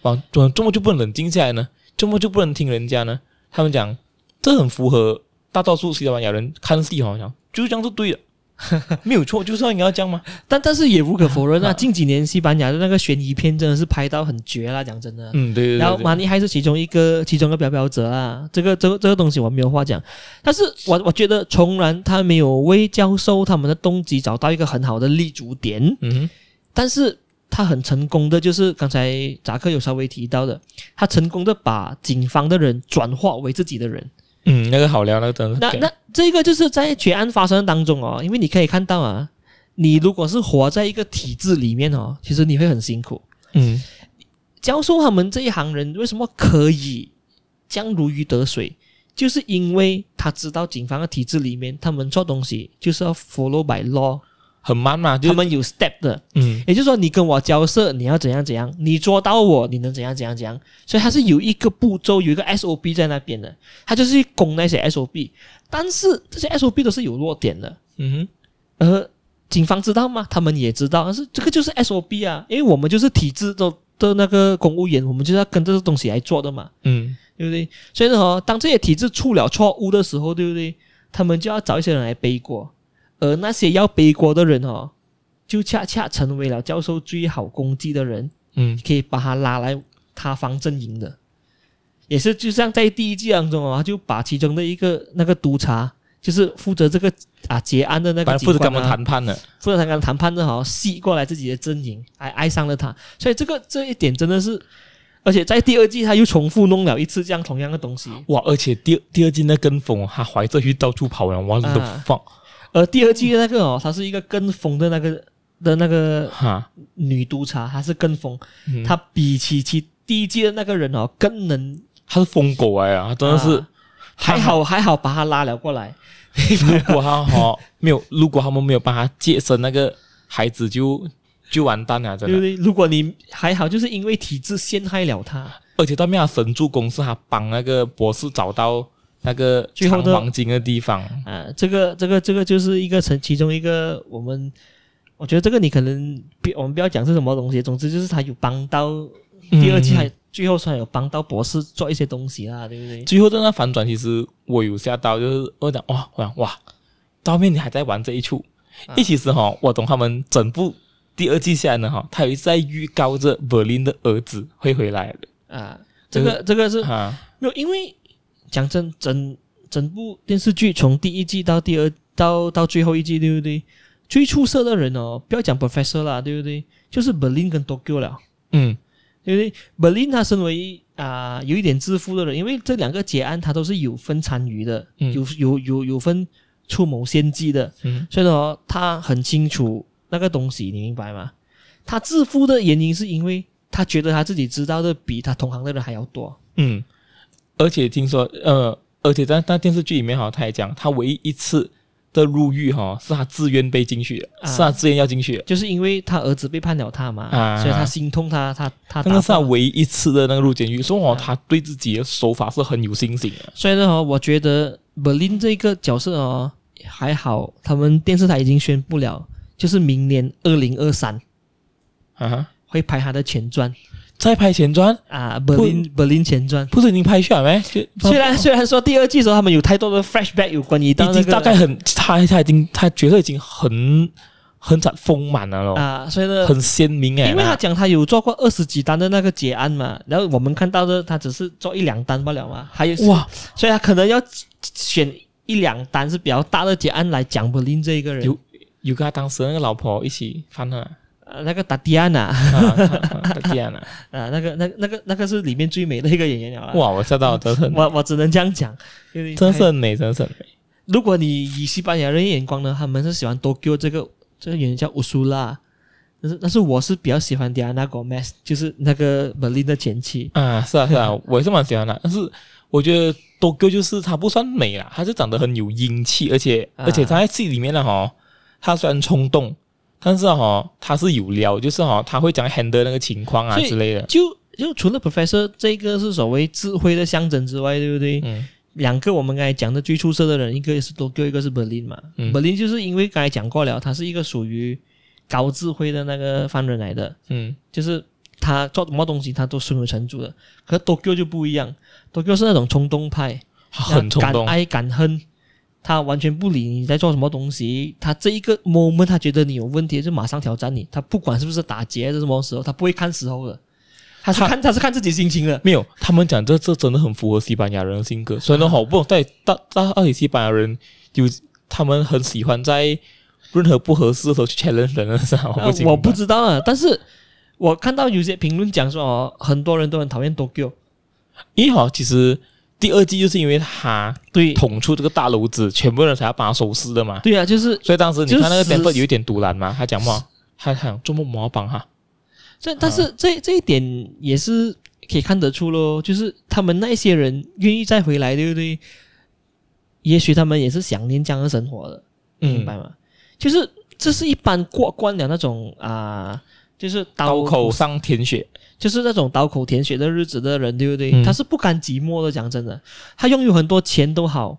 S1: 啊，怎么这么就不能冷静下来呢？这么就不能听人家呢？他们讲，这很符合大多数西班牙人看戏好像就是这样是对的， [laughs] 没有错，就是要你要这样吗？
S2: 但但是也无可否认啊，
S1: 啊
S2: 近几年西班牙的那个悬疑片真的是拍到很绝啦，讲真的。
S1: 嗯，对对对对
S2: 然后马尼还是其中一个其中一个表表者啊，这个这个这个东西我没有话讲。但是我我觉得从然他没有为教授他们的动机找到一个很好的立足点，
S1: 嗯哼。
S2: 但是他很成功的，就是刚才扎克有稍微提到的，他成功的把警方的人转化为自己的人。
S1: 嗯，那个好聊，那个真 [laughs] 的是
S2: 那
S1: 给。
S2: 那这个就是在血案发生当中哦，因为你可以看到啊，你如果是活在一个体制里面哦，其实你会很辛苦。
S1: 嗯
S2: 教授他们这一行人为什么可以这样如鱼得水，就是因为他知道警方的体制里面，他们做东西就是要 follow by law，
S1: 很慢嘛，就
S2: 他们有 step 的。
S1: 嗯
S2: 也就是说，你跟我交涉，你要怎样怎样，你捉到我，你能怎样怎样怎样，所以它是有一个步骤，有一个 SOP 在那边的，它就是去攻那些 SOP，但是这些 SOP 都是有弱点的，
S1: 嗯
S2: 而警方知道吗？他们也知道，但是这个就是 SOP 啊，因为我们就是体制的的那个公务员，我们就是要跟这个东西来做的嘛，
S1: 哼嗯
S2: 对不对？所以呢、哦，当这些体制出了错误的时候，对不对？他们就要找一些人来背锅，而那些要背锅的人哦，就恰恰成为了教授最好攻击的人，
S1: 嗯
S2: 可以把他拉来他方阵营的。也是就像在第一季当中哦，他就把其中的一个那个督察，就是负责这个啊结案的那
S1: 反正
S2: 个警
S1: 负责
S2: 官
S1: 跟
S2: 啊
S1: 他们谈判的，
S2: 富士山跟谈判的哈吸过来自己的阵营，还爱上了他，所以这个这一点真的是，而且在第二季他又重复弄了一次这样同样的东西，
S1: 哇！而且第二第二季那跟风，他怀着去到处跑了，我
S2: 啊
S1: 的放
S2: 而第二季的那个哦，他是一个跟风的那个的那个
S1: 哈，
S2: 女督察，她是跟风，
S1: 嗯
S2: 她比起其第一季的那个人哦更能，
S1: 他是疯狗来啊，他真的是
S2: 啊
S1: [laughs]
S2: 还。好还好把他拉了过来，
S1: 他如果他哈 [laughs] 没有，如果他们没有帮他接生那个孩子就，就完蛋了，真
S2: 对不
S1: 的。
S2: 对？如果你还好，就是因为体制陷害了他，
S1: 而且到面他神助攻是他帮那个博士找到那个
S2: 最后
S1: 藏
S2: 的
S1: 黄金的地方。
S2: 啊，这个这个这个就是一个成其中一个我们，
S1: 嗯
S2: 我觉得这个你可能不我们不要讲是什么东西，总之就是他有帮到第二季还最后虽然有帮到博士做一些东西啦，对不对？
S1: 最后的那反转，其实我有吓到，就是我讲哇，我讲哇，到后面你还在玩这一出。因为其实哈，我懂他们整部第二季下来呢哈，他有一直在预告着 Berlin 的儿子会回来的
S2: 啊，这个这个是
S1: 啊，
S2: 没有，因为讲真，整整部电视剧从第一季到第二到到最后一季，对不对？最出色的人哦，不要讲 Professor 啦，对不对？就是 Berlin 跟 Tokyo 了，
S1: 嗯
S2: 对不对？Berlin 他身为啊、有一点自负的人，因为这两个结案他都是有份参与的，
S1: 嗯
S2: 有有有有份出谋献计的，
S1: 嗯
S2: 所以呢、哦，他很清楚那个东西，你明白吗？他自负的原因是因为他觉得他自己知道的比他同行的人还要多，
S1: 嗯，而且听说呃，而且在在电视剧里面哈，他还讲他唯一一次的入狱哈，是他自愿被进去的，
S2: 啊
S1: 是他自愿要进去的，
S2: 就是因为他儿子背叛了他嘛，
S1: 啊
S2: 所以他心痛他，他他
S1: 那
S2: 他
S1: 个是他
S2: 打爆了
S1: 唯一一次的那个入监狱，所以哦，
S2: 啊
S1: 他对自己的手法是很有信心的，
S2: 所以呢、哦，我觉得 Berlin 这个角色哦还好，他们电视台已经宣布了，就是明年二零二三
S1: 啊哈，
S2: 会拍他的前传
S1: 在拍前传。
S2: 啊，Berlin Berlin 前传。
S1: 不是已经拍下了没？就
S2: 虽然虽然说第二季的时候他们有太多的 flashback 有关于到
S1: 已
S2: 那
S1: 经
S2: 个
S1: 大概很，他他已经他角色已经很很展丰满了咯，
S2: 啊，所以呢，
S1: 很鲜明哎、
S2: 因为他讲他有做过二十几单的那个结案嘛，然后我们看到的他只是做一两单罢了嘛，还有
S1: 哇，
S2: 所以他可能要选一两单是比较大的结案来讲柏林这一个人。
S1: 有有跟他当时那个老婆一起翻了，啊
S2: 呃，那个达迪安娜，啊，
S1: 他这样了，
S2: 那个、那、那个、那个是里面最美的一个演员了啦。
S1: 哇，我吓到，真的很，
S2: 我我只能这样讲，因为
S1: 真是很美，真是很美，
S2: 如果你以西班牙人眼光呢，他们是喜欢 Tokyo 这个这个演员叫乌苏拉，但是但是我是比较喜欢 Diana Gomez，就是那个 Berlin 的前妻。
S1: 啊，是啊是啊，我也是蛮喜欢的，但是我觉得多哥就是他不算美啦，他就长得很有英气，而且、
S2: 啊
S1: 而且他在戏里面呢哈，他虽然冲动。但是哈、哦，他是有料，就是哈、哦，他会讲 handle 那个情况啊
S2: 所以
S1: 之类的。
S2: 就就除了 Professor 这个是所谓智慧的象征之外，对不对？
S1: 嗯
S2: 两个我们刚才讲的最出色的人，一个是 Tokyo，一个是 Berlin 嘛。
S1: 嗯
S2: Berlin 就是因为刚才讲过了，他是一个属于高智慧的那个犯人来的，
S1: 嗯
S2: 就是他做什么东西他都胸有成竹的。可 Tokyo 就不一样，Tokyo 是那种冲动派，
S1: 他很冲动
S2: 敢，爱敢恨，他完全不理你在做什么东西。他这一个 moment 他觉得你有问题，就马上挑战你。他不管是不是打劫，是什么时候，他不会看时候的。他是
S1: 他
S2: 看他是看自己心情的。
S1: 没有，他们讲这这真的很符合西班牙人的性格。虽然好，我不懂在大大到底西班牙人有他们很喜欢在任何不合适的时候去 challenge 人的是吧？我
S2: 呃
S1: 不行、
S2: 我不知道啊，但是我看到有些评论讲说，哦，很多人都很讨厌 Tokyo，
S1: 因为好，其实第二季就是因为他
S2: 对
S1: 捅出这个大篓子，全部人才要把他收拾的嘛。
S2: 对啊，就是
S1: 所以当时你
S2: 就是
S1: 看那个 d a n f o r
S2: 死
S1: 有一点独揽嘛，他讲嘛，他想做梦模仿哈，
S2: 这，
S1: 啊
S2: 但是这这一点也是可以看得出咯，就是他们那些人愿意再回来，对不对？也许他们也是想念这样的生活的，明
S1: 嗯
S2: 白，吗？就是这是一般过惯了那种啊、就是刀
S1: 刀口上舔血，
S2: 就是那种刀口舔血的日子的人，对不对？
S1: 嗯
S2: 他是不甘寂寞的，讲真的，他拥有很多钱都好。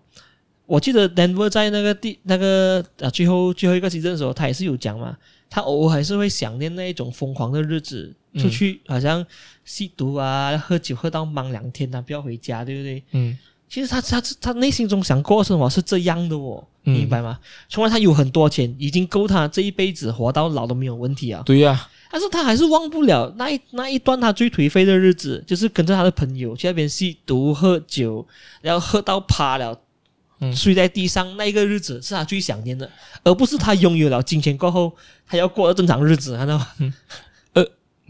S2: 我记得 Denver 在那个第那个啊最后最后一个集镇的时候，他也是有讲嘛，他偶尔还是会想念那一种疯狂的日子，
S1: 嗯
S2: 出去好像吸毒啊、喝酒喝到忙两天，啊他不要回家，对不对？
S1: 嗯
S2: 其实他他他内心中想过的生活是这样的哦，
S1: 嗯
S2: 明白吗？虽然他有很多钱，已经够他这一辈子活到老都没有问题啊，
S1: 对呀、
S2: 但是他还是忘不了那一那一段他最颓废的日子，就是跟着他的朋友去那边吸毒、喝酒，然后喝到趴了，
S1: 嗯
S2: 睡在地上那一个日子是他最想念的，而不是他拥有了金钱过后他要过正常日子，看到吗？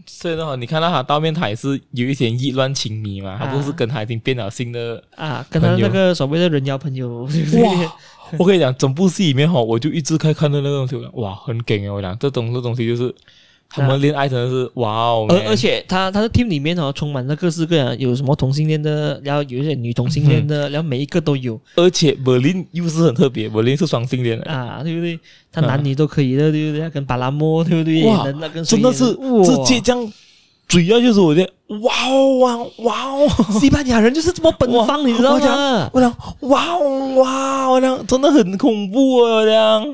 S1: 所以呢，你看到他当面，他也是有一点意乱情迷嘛，他不是
S2: 啊
S1: 跟他已经变了心的。
S2: 啊，跟他
S1: 朋友
S2: 那个所谓的人妖朋友， [laughs]
S1: 哇！我跟你讲，整部戏里面哈，哦我就一直看看到那个东西，我讲哇，很梗哦！我讲这东这东西就是他们恋爱真的是哇哦，
S2: 而
S1: man
S2: 而且他他的 team 里面哦，充满了各式各样，有什么同性恋的，然后有一些女同性恋的，然后每一个都有
S1: 而且 Berlin 又是很特别，Berlin 是双性恋的，
S2: 啊，对不对？他男女都可以的，对不对？他跟巴拉莫，对不对？
S1: 哇
S2: 也能那跟谁
S1: 真的
S2: 也能
S1: 是直
S2: 哇
S1: 接这样。主要就是我觉得哇哦哇哦哇哦，
S2: 西班牙人就是这么奔放，你知道
S1: 我
S2: 吗
S1: 讲？我讲哇哦哇哦，我讲真的很恐怖啊！我讲，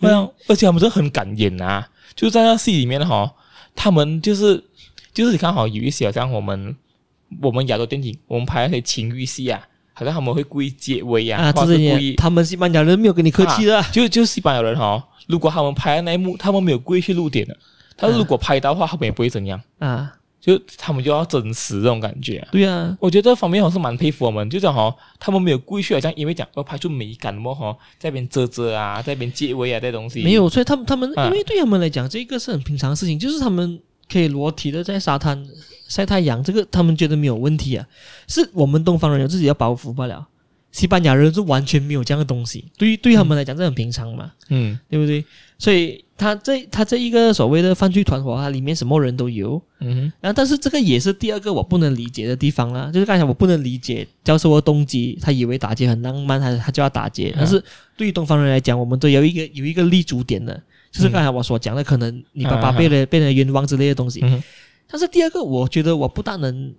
S1: 我讲，而且他们真的很敢演啊！就在那戏里面哈、他们就是就是你看好有一些像我们我们亚洲电影，我们拍那些情欲戏啊，好像他们会故意结尾啊，
S2: 啊，
S1: 或
S2: 这
S1: 者是
S2: 些
S1: 故
S2: 年
S1: 意
S2: 他们西班牙人没有跟你客气的啊，
S1: 就就是西班牙人哈、哦，如果他们拍的那一幕，他们没有故意去露点的，但是如果拍到的话，他们也不会怎样，
S2: 啊
S1: 就他们就要真实这种感觉、啊。
S2: 对啊，
S1: 我觉得这方面我是蛮佩服我们，就讲哦，他们没有故意去好像因为讲要拍出美感么哦，在那边遮遮啊，在那边借位啊这些东西。
S2: 没有，所以他们他们
S1: 啊
S2: 因为对他们来讲，这个是很平常的事情，就是他们可以裸体的在沙滩晒太阳，这个他们觉得没有问题啊，是我们东方人有自己的包袱罢了。西班牙人是完全没有这样的东西，对于对他们来讲，这很平常嘛。
S1: 嗯
S2: 对不对？所以他这他这一个所谓的犯罪团伙，它里面什么人都有。
S1: 嗯
S2: 然后，但是这个也是第二个我不能理解的地方啦，就是刚才我不能理解教授的动机，他以为打劫很浪漫，他他就要打劫。
S1: 嗯
S2: 但是对于东方人来讲，我们都有一个有一个立足点的，就是刚才我所讲的，可能你爸爸
S1: 嗯嗯嗯
S2: 被人被人冤枉之类的东西。
S1: 嗯
S2: 但是第二个，我觉得我不大能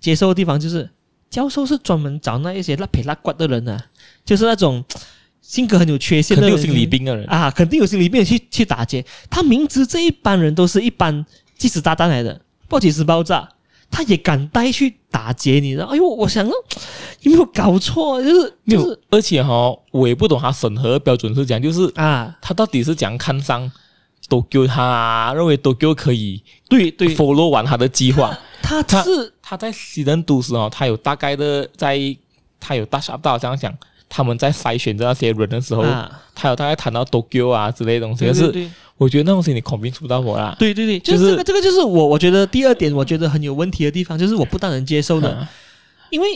S2: 接受的地方就是，教授是专门找那一些拉皮拉瓜的人啊，就是那种性格很有缺
S1: 哼，
S2: 陷
S1: 肯
S2: 的
S1: 定
S2: 人，
S1: 有心理病的人。
S2: 啊，肯定有心理病去去打劫。他明知这一帮人都是一般即使炸弹来的，报警时爆炸，他也敢带去打劫你，知道？哎呦，我想到有没有搞错？就是
S1: 没
S2: 就
S1: 有
S2: 是，
S1: 而且哈、哦，我也不懂他审核的标准是讲，就是
S2: 啊，
S1: 他到底是讲看上 Tokyo，他认为 Tokyo 可以
S2: 对对，
S1: follow 完他的计
S2: [laughs]
S1: 划。
S2: 他
S1: 他
S2: 是
S1: 他在西人都市哦，他有大概的在，他有大 up 到这样讲，他们在筛选这那些人的时候，
S2: 啊，
S1: 他有大概谈到 Tokyo 啊之类的东西。
S2: 对
S1: 可
S2: 对
S1: 是
S2: 对
S1: 我觉得那东西你 convince 不到我啊啦。
S2: 对对对，就
S1: 就是是
S2: 这个这个就是我我觉得第二点，我觉得很有问题的地方，就是我不大能接受的，
S1: 啊
S2: 因为。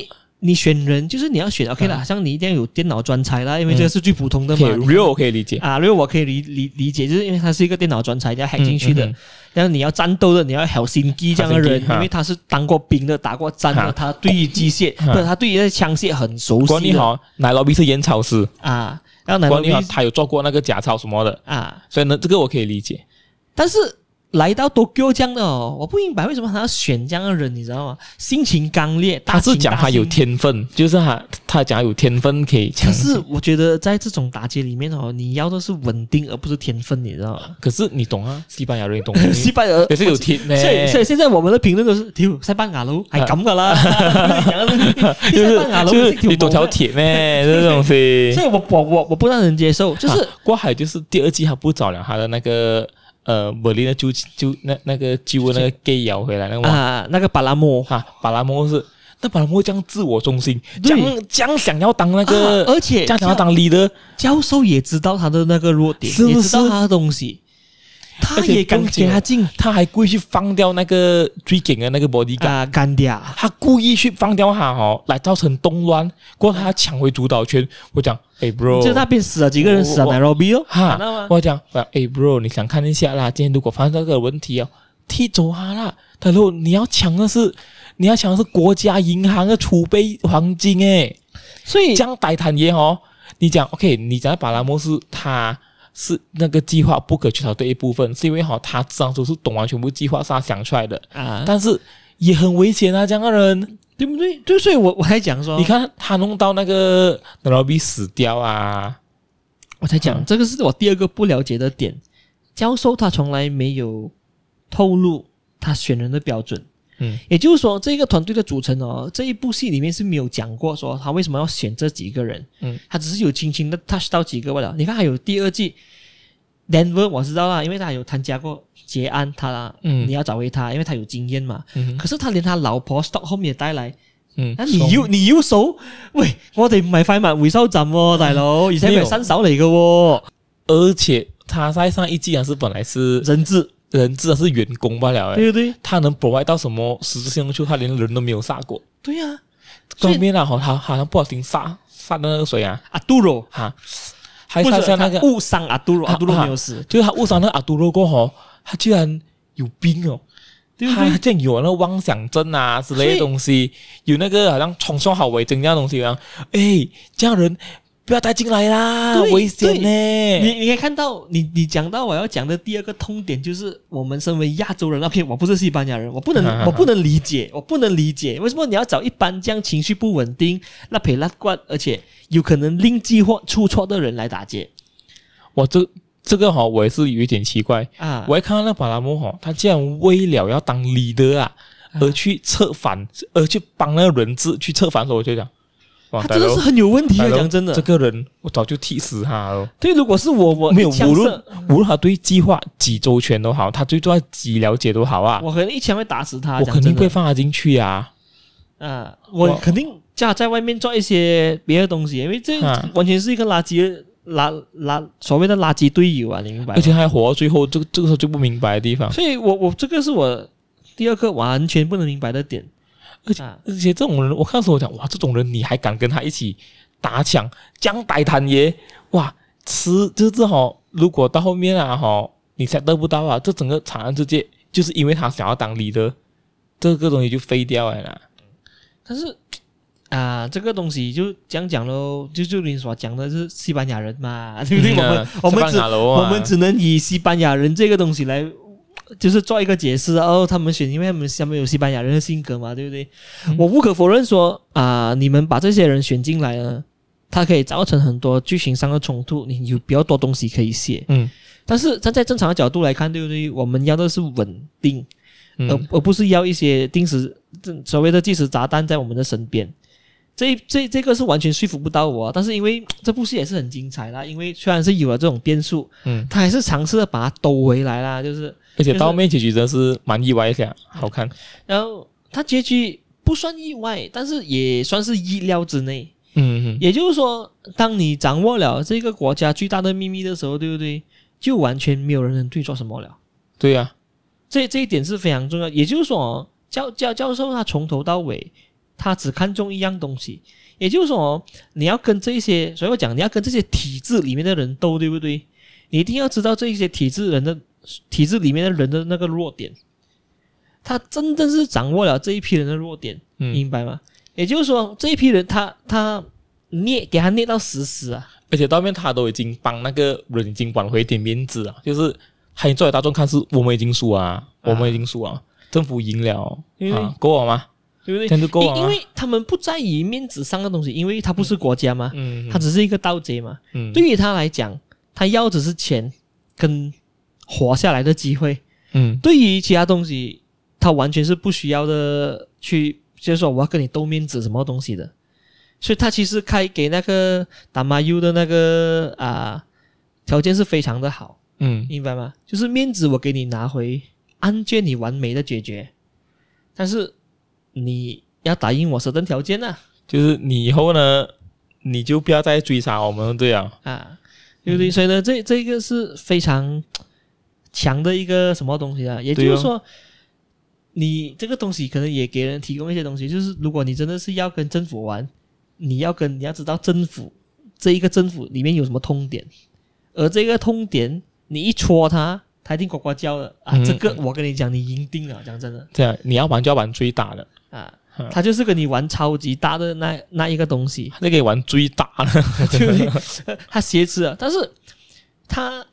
S2: 你选人就是你要选 OK 啦，像你一定要有电脑专才啦，因
S1: 嗯
S2: 为这个是最普通的嘛。
S1: ，OK，
S2: 你
S1: real 我可以理解。
S2: 啊，因为我可以理理理解，就是因为他是一个电脑专才，你要 hack 进去的。
S1: 嗯嗯
S2: 然后你要战斗的，你要 Helsinki 这样的人，
S1: Helsinki，哈
S2: 因为他是当过兵的，打过仗的，
S1: 哈
S2: 他对于机械，
S1: 哈
S2: 不是他对于那枪械很熟
S1: 管
S2: 悉
S1: 理
S2: 的
S1: 好，奶酪比是烟草师，
S2: 啊。然后
S1: 管
S2: 南
S1: 理好
S2: 罗
S1: 他有做过那个假钞什么的，
S2: 啊，
S1: 所以呢，这个我可以理解。
S2: 但是来到 Tokyo 这样的哦，我不明白为什么他要选这样的人，你知道吗？性情刚烈，大
S1: 他是
S2: 情
S1: 讲
S2: 大
S1: 他有
S2: 性
S1: 天分，就是他他讲有天分可以
S2: 可 [laughs]
S1: 讲，
S2: 是我觉得在这种打劫里面哦，你要的是稳定而不是天分，你知道吗？
S1: 可是你懂啊，西班牙人你懂， [laughs] 你
S2: [laughs] 西班牙
S1: 也是有天呢、
S2: 所以所以现在我们的评论都是，屌西班牙佬係咁
S1: [laughs]
S2: 噶啦，
S1: 就
S2: 西
S1: 是
S2: 班牙佬
S1: 就是你
S2: 多
S1: 懂条铁呢、
S2: [laughs]
S1: 这种东西
S2: 所。以我我我我不让人接受，就是
S1: 啊郭海就是第二季他不找了他的那个呃柏林的就就那那个揪那个 gay 摇回来那个网
S2: 啊那个巴拉莫，
S1: 哈、巴拉莫是那巴拉莫这样自我中心，这
S2: 对
S1: 样这样想要当那
S2: 啊
S1: 个，
S2: 而且
S1: 这样想要当 leader，
S2: 教授也知道他的那个弱点，
S1: 是不
S2: 也知道
S1: 是
S2: 他的东西，他
S1: 而且
S2: 也敢
S1: 更
S2: 给
S1: 紧
S2: 他进
S1: 他还故意去放掉那个追紧的那个 body guard，、
S2: 啊干掉。
S1: 他故意去放掉他哦，来造成动乱，过后他抢回主导权。我讲，哎，bro，
S2: 就那边死了几个人，死了
S1: 我我
S2: Nairobi 哦，
S1: 哈
S2: 看到吗？
S1: 我讲，我讲，哎，bro，你想看一下啦，今天如果发生这个问题哦，踢走他啦。他说你要抢的是，你要抢的是国家银行的储备黄金哎诶，[laughs]
S2: 所以
S1: 这样歹坦爷哦，你讲 OK，你讲巴拉莫是他。是那个计划不可缺少的一部分，是因为哈、他知道都是懂完全部计划是他想出来的，
S2: 啊，
S1: 但是也很危险啊，这样的人。
S2: 对不对？对，所以我我还讲说，
S1: 你看他弄到那个 Nairobi 死掉啊，
S2: 我才讲，
S1: 嗯
S2: 这个是我第二个不了解的点。教授他从来没有透露他选人的标准，
S1: 嗯，
S2: 也就是说，这个团队的组成哦，这一部戏里面是没有讲过说他为什么要选这几个人，
S1: 嗯，
S2: 他只是有轻轻的 touch 到几个罢了。你看，还有第二季，Denver 我知道啦，因为他有参加过结案，他
S1: 嗯
S2: 你要找回他，因为他有经验嘛。
S1: 嗯
S2: 可是他连他老婆 Stockholm 也带来，
S1: 嗯
S2: 啊，你要你要數？喂，我哋唔係快慢回收站喎、大佬，而且
S1: 沒
S2: 係
S1: 有
S2: 新手嚟嘅喎，
S1: 而且他在上一季啊是本来是
S2: 人質，
S1: 人质啊是员工罢了、欸，
S2: 對對
S1: 他能 provide 到什么实质性的就他连人都没有杀过，
S2: 對啊！所以
S1: 后面啊好他好像不小心杀杀那个谁啊
S2: 阿杜罗，
S1: 哈，还
S2: 不
S1: 杀
S2: 是
S1: 下
S2: 他
S1: 那个
S2: 誤傷阿杜羅，
S1: 啊
S2: 阿杜羅
S1: 啊
S2: 沒有死，
S1: 就是他误伤那个阿杜罗过后，他居然有病哦。
S2: 對不
S1: 他
S2: 對？
S1: 竟然有那个妄想症啊之类的东西，有那个好像冲上好围巾那样东西一样。哎，这样人不要带进来啦，
S2: 对
S1: 危险呢、
S2: 你你可以看到，你你讲到我要讲的第二個痛點，就是我們身為亞洲人那片，我不是西班牙人，我不能我不能理解，我不能理解為什麼你要找一班這樣情緒不穩定、拉皮拉怪，而且有可能令计劃出錯的人來打劫
S1: 我这这个哈、我也是有一点奇怪。
S2: 啊！
S1: 我一看到那巴拉莫哈，他竟然为了要当 leader 啊，而去策反，而去帮那个人质去策反的时候，我就讲，哇，
S2: 他
S1: 大
S2: 真的
S1: 佬
S2: 是很有问题
S1: 大
S2: 的，
S1: 佬
S2: 讲真
S1: 这
S2: 的。
S1: 个人我早就踢死他了。
S2: 对，如果是我，我
S1: 没有
S2: 一枪
S1: 无论
S2: 射
S1: 无论他对计划几周全都好，他对这几了解都好啊，
S2: 我可能一枪会打死他，
S1: 我肯
S2: 讲
S1: 定
S2: 真
S1: 不
S2: 的
S1: 会放他进去啊。
S2: 啊，
S1: 我
S2: 我肯定叫他在外面做一些别的东西，因为这
S1: 啊
S2: 完全是一个垃圾垃垃所谓的垃圾队友啊，你明白
S1: 而
S2: 吗？
S1: 且啊还活到最后，这个这个时候最不明白的地方。
S2: 所以我我这个是我第二个完全不能明白的点，
S1: 而且
S2: 啊
S1: 而且这种人，我看到时候我讲，哇，这种人你还敢跟他一起打抢，将歹谈耶？哇，吃就是这哈，如果到后面啊哈，你才得不到啊，这整个惨案世界就是因为他想要当 leader，这个东西就废掉了啦。
S2: 但是啊，这个东西就讲讲喽，就就你所讲的是西班牙人嘛，对不对？我
S1: 嗯
S2: 们我们只我
S1: 我
S2: 们只能以西班牙人这个东西来，就是做一个解释。哦，他们选，因为他们下面有西班牙人的性格嘛，对不对？
S1: 嗯
S2: 我无可否认说啊、你们把这些人选进来呢，它可以造成很多剧情上的冲突，你有比较多东西可以写。
S1: 嗯
S2: 但是站在正常的角度来看，对不对？我们要的是稳定，而
S1: 嗯
S2: 而不是要一些定时这所谓的计时炸弹在我们的身边。这这这个是完全说服不到我、啊，但是因为这部戏也是很精彩啦，因为虽然是有了这种变数，
S1: 嗯，
S2: 他还是尝试的把它兜回来啦，就是，
S1: 而且
S2: 就是
S1: 到后面结局真是蛮意外一下，好看。
S2: 然后他结局不算意外，但是也算是意料之内。
S1: 嗯嗯
S2: 也就是说，当你掌握了这个国家最大的秘密的时候，对不对？就完全没有人能对你做什么了。
S1: 对呀、
S2: 这这一点是非常重要。也就是说哦，教教教授他从头到尾，他只看重一样东西。也就是说哦，你要跟这些，所以我讲你要跟这些体制里面的人斗，对不对？你一定要知道这一些体制人的体制里面的人的那个弱点。他真正是掌握了这一批人的弱点，
S1: 嗯，
S2: 明白吗？也就是说，这一批人他他捏给他捏到死死啊，
S1: 而且到后面他都已经帮那个人已经挽回一点面子啊，就是还作为大众看是我们已经输啊，我们已经输啊，政府赢了，
S2: 因为
S1: 啊、够了吗？
S2: 对不对
S1: 这？样就够了啊
S2: 因
S1: 吗？
S2: 因为他们不在意面子上的东西，因为他不是国家嘛，
S1: 嗯，
S2: 他只是一个盗贼嘛。
S1: 嗯
S2: 对于他来讲，他要只是钱跟活下来的机会。
S1: 嗯
S2: 对于其他东西，他完全是不需要的去，就是说我要跟你斗面子什么东西的。所以他其实开给那个达马优的那个啊、条件是非常的好，
S1: 嗯
S2: 明白吗？就是面子我给你拿回，案件你完美的解决，但是你要答应我certain 条件啊呐
S1: 就是你以后呢，你就不要再追杀我们对啊，
S2: 啊，对
S1: 嗯
S2: 不对？所以呢，这这个是非常强的一个什么东西啊？也就
S1: 对
S2: 是
S1: 哦
S2: 说，你这个东西可能也给人提供一些东西，就是如果你真的是要跟政府玩，你要跟你要知道政府这一个政府里面有什么痛点，而这个痛点你一戳它，它一定呱呱叫的啊！
S1: 嗯
S2: 这个我跟你讲，你赢定了，讲真的
S1: 这样你要玩就要玩最大的，
S2: 啊
S1: 嗯，
S2: 它就是跟你玩超级大的那那一个东西。
S1: 那可以玩最大的，
S2: [laughs] 对，他挟持了，但是他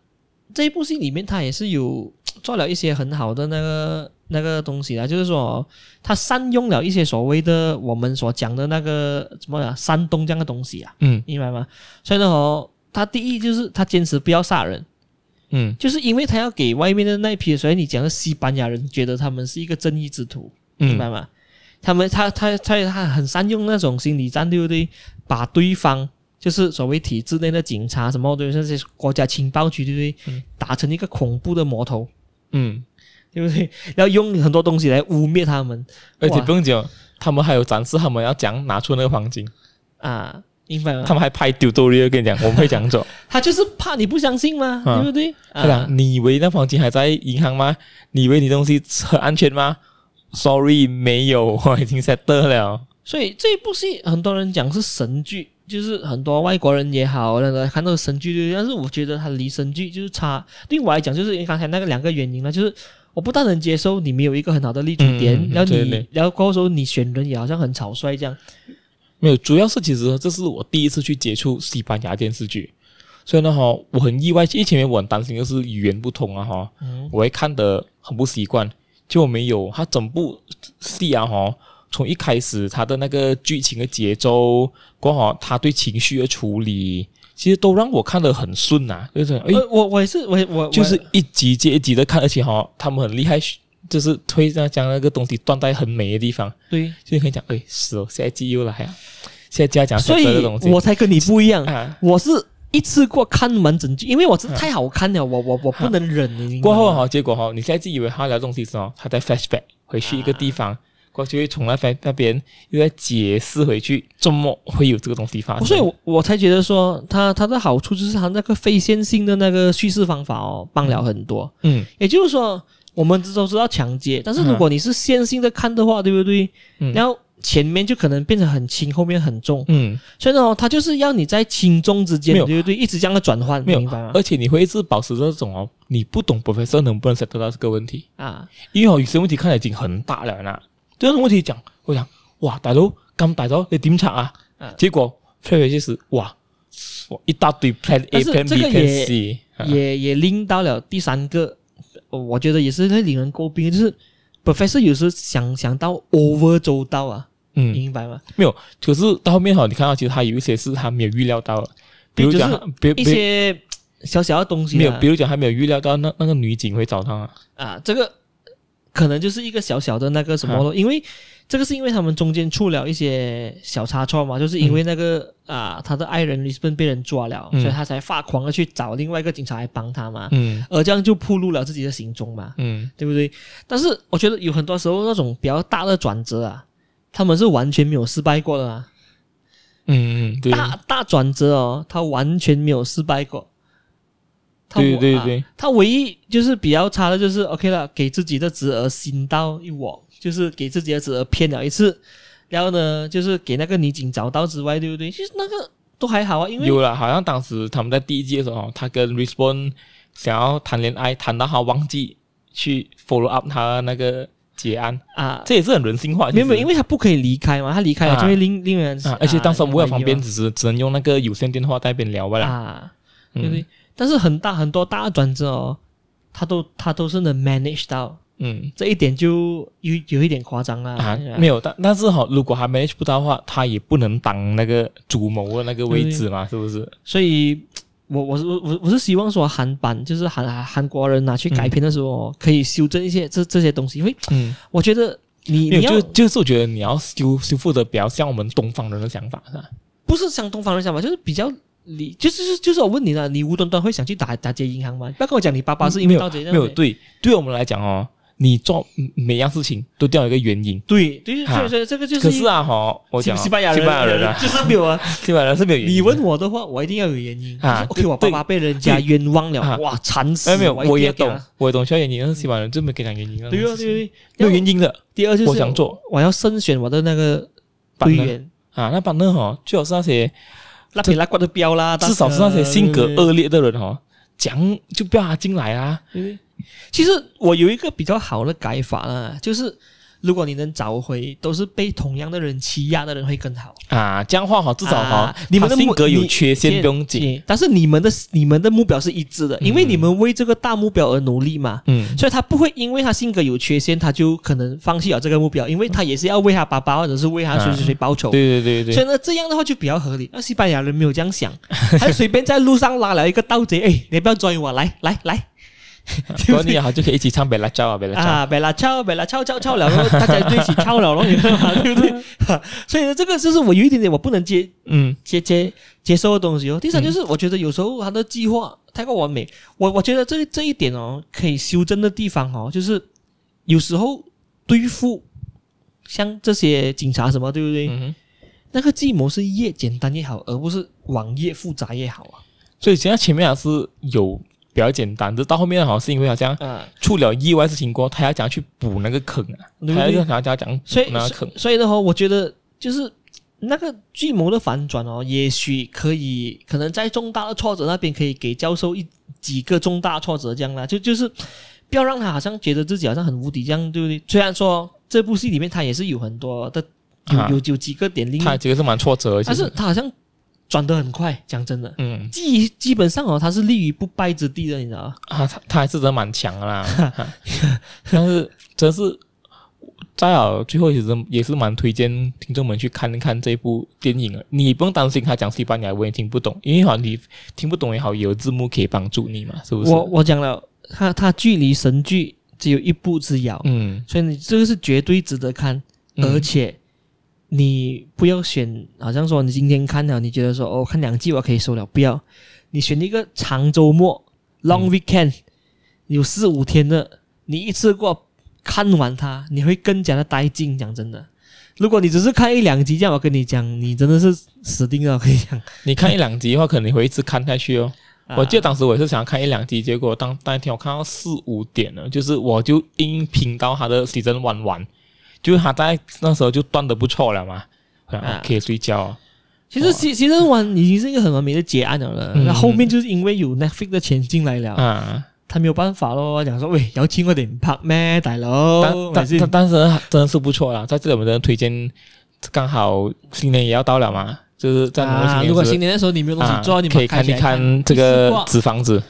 S2: 这一部戏里面，他也是有做了一些很好的那个那个东西啊，就是说他善用了一些所谓的我们所讲的那个什么呀，山东这样的东西啊，
S1: 嗯
S2: 明白吗？所以呢，哦，他第一就是他坚持不要杀人，
S1: 嗯
S2: 就是因为他要给外面的那一批，所以你讲的西班牙人觉得他们是一个正义之徒，明白
S1: 嗯
S2: 吗？他们他他他他很善用那种心理战，对不对？把对方就是所谓体制内的警察什么对，这些国家情报局，对不对？
S1: 嗯
S2: 打成一个恐怖的魔头，
S1: 嗯，
S2: 对不对？ [laughs] 然后用很多东西来污蔑他们
S1: 而且
S2: 哇
S1: 不用讲，他们还有展示他们要怎样拿出那个黄金，
S2: 啊，明白
S1: 他
S2: 吗？
S1: 们还拍丢丢的，跟你讲，我们会讲走。
S2: 他就是怕你不相信嘛，
S1: 啊
S2: 对不对？
S1: 对啊
S2: 啊，，
S1: 你以为那黄金还在银行吗？你以为你东西很安全吗？Sorry，没有，我已经 set 了。
S2: 所以这部戏很多人讲是神剧，就是很多外国人也好，那个看到神剧，对不对但是我觉得它离神剧就是差。对我来讲，就是因为刚才那个两个原因了，就是我不大能接受你没有一个很好的立足点，
S1: 嗯
S2: 然后
S1: 对
S2: 你
S1: 对，
S2: 然后过后说你选人也好像很草率这样。
S1: 没有，主要是其实这是我第一次去接触西班牙电视剧，所以呢哈，我很意外，因为前面我很担心就是语言不通啊哈，
S2: 嗯
S1: 我会看得很不习惯，结果没有，它整部戏啊哈，从一开始它的那个剧情的节奏，过后它对情绪的处理，其实都让我看得很顺啊，就是哎。
S2: 呃我我也是，我我
S1: 就是一集接一集的看，而且哈、他们很厉害，就是会这样将那个东西断在很美的地方，
S2: 对，
S1: 就可以讲，哎，是哦，下一季又来啊，下一季要讲
S2: 所
S1: Shutter
S2: 以
S1: 的东西，
S2: 我才跟你不一样，
S1: 啊，
S2: 我是一次过看完整剧，因为我真的
S1: 啊
S2: 太好看了，我我我不能忍。你明白吗
S1: 过后哈、结果哈、你下一季以为他聊东西时候，他在 flashback 回去一个地方，过后就会从那边那边又在解释回去，怎么会有这个东西发生？
S2: 啊所以我，我才觉得说，它它的好处就是它那个非线性的那个叙事方法哦，帮了很多。
S1: 嗯
S2: 也就是说，我们都知道抢劫，但是如果你是线性的看的话，对不对？
S1: 嗯
S2: 然后前面就可能变成很轻，后面很重，
S1: 嗯，
S2: 所以呢，它就是要你在轻重之间
S1: 没，有
S2: 对不对？一直这样的转换，
S1: 没有
S2: 明白吗？
S1: 而且你会一直保持这种哦，你不懂 professor 能不能 settle 到这个问题？
S2: 啊，
S1: 因为哦，有些问题看来已经很大了啦。这种问题讲，我讲哇，大佬咁大咗，你點拆啊？
S2: 嗯
S1: 结果 plan 回去是哇，哇一大堆 plan A、
S2: 但是
S1: plan
S2: 这
S1: B、
S2: 个
S1: plan
S2: 也
S1: C，啊
S2: 也也拎到了第三个，呃我觉得也是会令人诟病，就是 professor 有时候想想到 over 周到啊，
S1: 嗯，
S2: 明白吗？
S1: 可是到后面哦哈，你看到其实他有一些是他没有预料到的，比如
S2: 就是
S1: 讲，比
S2: 一
S1: 比
S2: 些小小的东西、啊，
S1: 没有，比如讲他没有预料到那那个女警会找他啊，
S2: 啊，这个可能就是一个小小的那个什么咯，因为这个是因为他们中间出了一些小差错嘛，就是因为那个、啊，他的爱人 Lisbon 被人抓了，
S1: 嗯
S2: 所以他才发狂的去找另外一个警察来帮他嘛，
S1: 嗯
S2: 而这样就暴露了自己的行踪嘛，
S1: 嗯
S2: 对不对？但是我觉得有很多时候那种比较大的转折啊，他们是完全没有失败过的啊，
S1: 嗯嗯，对
S2: 大啊大转折哦，他完全没有失败过。他
S1: 对
S2: 我
S1: 对
S2: 啊
S1: 对
S2: 他唯一就是比较差的就是 OK 了，给自己的侄儿心到一网，就是给自己的侄儿骗了一次，然后呢，就是给那个女警找到之外，对不对？其实那个都还好啊，因为
S1: 有了，好像当时他们在第一季的时候，他跟 Respond 想要谈恋爱，谈到他忘记去 follow up 他那个结案，
S2: 啊，
S1: 这也是很人性化。
S2: 没有没有，因
S1: 为
S2: 为他不可以离开嘛，他离开了
S1: 啊
S2: 就会令令人
S1: 啊，而且当时无
S2: 为
S1: 为
S2: 了
S1: 方便，只是只能用那个有线电话在那边聊罢了。
S2: 啊，对不
S1: 嗯
S2: 对？但是很大很多大的转折哦，他都他都是能 manage 到，
S1: 嗯
S2: 这一点就有有一点夸张啦。
S1: 啊
S2: 对吧，
S1: 没有，但但是哈，如果他 manage 不到的话，他也不能当那个主谋的那个位置嘛，是不是？
S2: 所以我我是我我我是希望说韩版就是韩韩韩国人拿、去改编的时候哦、可以修正一些这这些东西，因为
S1: 嗯，
S2: 我觉得你
S1: 没
S2: 你
S1: 有，
S2: 要
S1: 就就是我觉得你要修修复的比较像我们东方人的想法，是吧？
S2: 不是像东方人想法，就是比较你就是就是就是我问你了，你无端端会想去打打劫银行吗？不要跟我讲你爸爸是因为盗贼啊这样
S1: 没有
S2: 子
S1: 对，对我们来讲哦，你做每样事情都掉一个原因。
S2: 对对，所
S1: 啊
S2: 以所以这个就
S1: 可
S2: 是
S1: 是啊，哈，我
S2: 西
S1: 讲
S2: 西班牙人
S1: 西班牙人啊，
S2: [laughs] 就是没有啊。
S1: 西班牙人是没有原因的。 [laughs]
S2: 你问我的话，我一定要有原因。
S1: 啊
S2: 就是 OK，我爸爸被人家
S1: 对
S2: 冤枉了，
S1: 啊
S2: 哇，惨死！
S1: 哎，没有，
S2: 一定
S1: 我也
S2: 要给他
S1: 懂。，我也懂需要原因，但是西班牙人就没给讲原因啊，
S2: 对啊，对啊
S1: 没
S2: 对
S1: 有
S2: 啊。
S1: 原因的
S2: 第二就是
S1: 我想做，
S2: 我要慎选我的那个队
S1: partner
S2: 员，
S1: 啊。那版呢？哈，最好是那些
S2: 那皮拉挂的标啦，
S1: 至少是那些性格
S2: 呃。
S1: 恶劣的人哦，讲就不要他进来啊。
S2: 其实我有一个比较好的改法啦，就是如果你能找回都是被同样的人欺压的人会更好。
S1: 啊，这样的话哈，至少哈
S2: 啊，你们
S1: 他
S2: 的
S1: 性
S2: 目
S1: 格有
S2: 你
S1: 缺陷不用紧。
S2: 对但是你们的你们的目标是一致的，因为你们为这个大目标而努力嘛。
S1: 嗯，
S2: 所以他不会因为他性格有缺陷，他就可能放弃了这个目标，因为他也是要为他爸爸或者是为他谁谁谁报仇。
S1: 对对对对，
S2: 所以呢，这样的话就比较合理。那西班牙人没有这样想，他随便在路上拉了一个盗贼，哎，你不要追我，来来来
S1: 如果你好就可以一起唱《贝拉娇》啊，《贝拉娇》。
S2: 啊，贝拉翘贝拉翘翘翘了，然后大家就一起翘了咯，你知道吗？对不对？哈所以呢，这个就是我有一点点我不能接
S1: 嗯
S2: 接接接受的东西哦。第三就是我觉得有时候他的计划太过完美，我我觉得这这一点哦可以修正的地方哦，就是有时候对付像这些警察什么，对不对？
S1: 嗯哼，
S2: 那个计谋是越简单越好，而不是网页复杂越好啊。
S1: 所以现在前面还是有比较简单，就到后面好像是因为好像
S2: 啊，
S1: 出了意外事情过后，他要怎样去补那个坑啊？他
S2: 对不
S1: 要
S2: 对？
S1: 想要讲补
S2: 所以
S1: 那个
S2: 所
S1: 坑。啊
S2: 以所以的话，我觉得就是那个计谋的反转哦，也许可以，可能在重大的挫折那边可以给教授一几个重大挫折这样啦，就就是不要让他好像觉得自己好像很无敌这样，对不对？虽然说这部戏里面他也是有很多的有
S1: 啊
S2: 有有几个点令，
S1: 他这个是蛮挫折的，其
S2: 但是
S1: 实。
S2: 他好像转得很快，讲真的。
S1: 嗯，
S2: 基基本上哦，他是立于不败之地的，你知道吗？
S1: 啊，他他还是真的蛮强的啦， [laughs] 啊但是真是再好最后其实也是蛮推荐听众们去看一看这部电影的。你不用担心他讲西班牙文也听不懂，因为好像你听不懂也好，有字幕可以帮助你嘛，是不是？
S2: 我我讲了，他他距离神剧只有一步之遥，
S1: 嗯
S2: 所以你这个是绝对值得看，
S1: 嗯
S2: 而且你不要选，好像说你今天看了，你觉得说哦看两季我可以受了，不要，你选一个长周末 （long
S1: 嗯
S2: weekend），、有四五天的，你一次过看完它，你会更加的带劲。讲真的，如果你只是看一两集这样，我跟你讲，你真的是死定了。我跟你讲，
S1: 嗯你看一两集的话，可能你会一直看下去哦。 [laughs] 我记得
S2: 就
S1: 当时我也是想看一两集，结果当当天我看到四五点了，就是我就硬拼到他的 season one 完，就是他在那时候就断的不错了嘛。我想、
S2: 啊
S1: OK 睡觉、哦，
S2: 其实其其实完已经是一个很完美的结案了了。
S1: 嗯
S2: 那、后面就是因为有 Netflix 的钱进来了，
S1: 啊，
S2: 他没有办法咯，讲说喂，有錢我哋唔拍咩，大佬，
S1: 但
S2: 係咪
S1: 但
S2: 先
S1: 但但是真的是不错啦，在这里我们真的推荐，刚好新年也要到了嘛，就是在农历
S2: 啊，
S1: 年
S2: 如果
S1: 时
S2: 新年的时候你没有东
S1: 啊
S2: 西做，你
S1: 可以
S2: 们
S1: 看
S2: 起
S1: 一
S2: 来
S1: 看
S2: 看
S1: 这
S2: 一次
S1: 个
S2: 过
S1: 纸房子，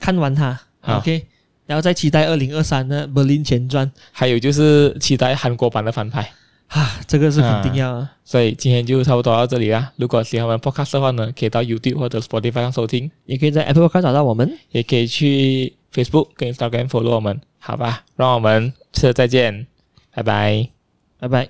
S2: 看完它
S1: 啊
S2: ，OK，然后再期待二零二三的《柏林前传》
S1: 还有就是期待韩国版的反派。
S2: 啊，这个是肯定要啊
S1: 所以今天就差不多到这里啦。如果喜欢我们 podcast 的话呢，可以到 YouTube 或者 Spotify 上收听，
S2: 也可以在 Apple Podcast 找到我们，
S1: 也可以去 Facebook 跟 Instagram follow 我们，好吧？让我们次再见，拜拜。
S2: 拜拜。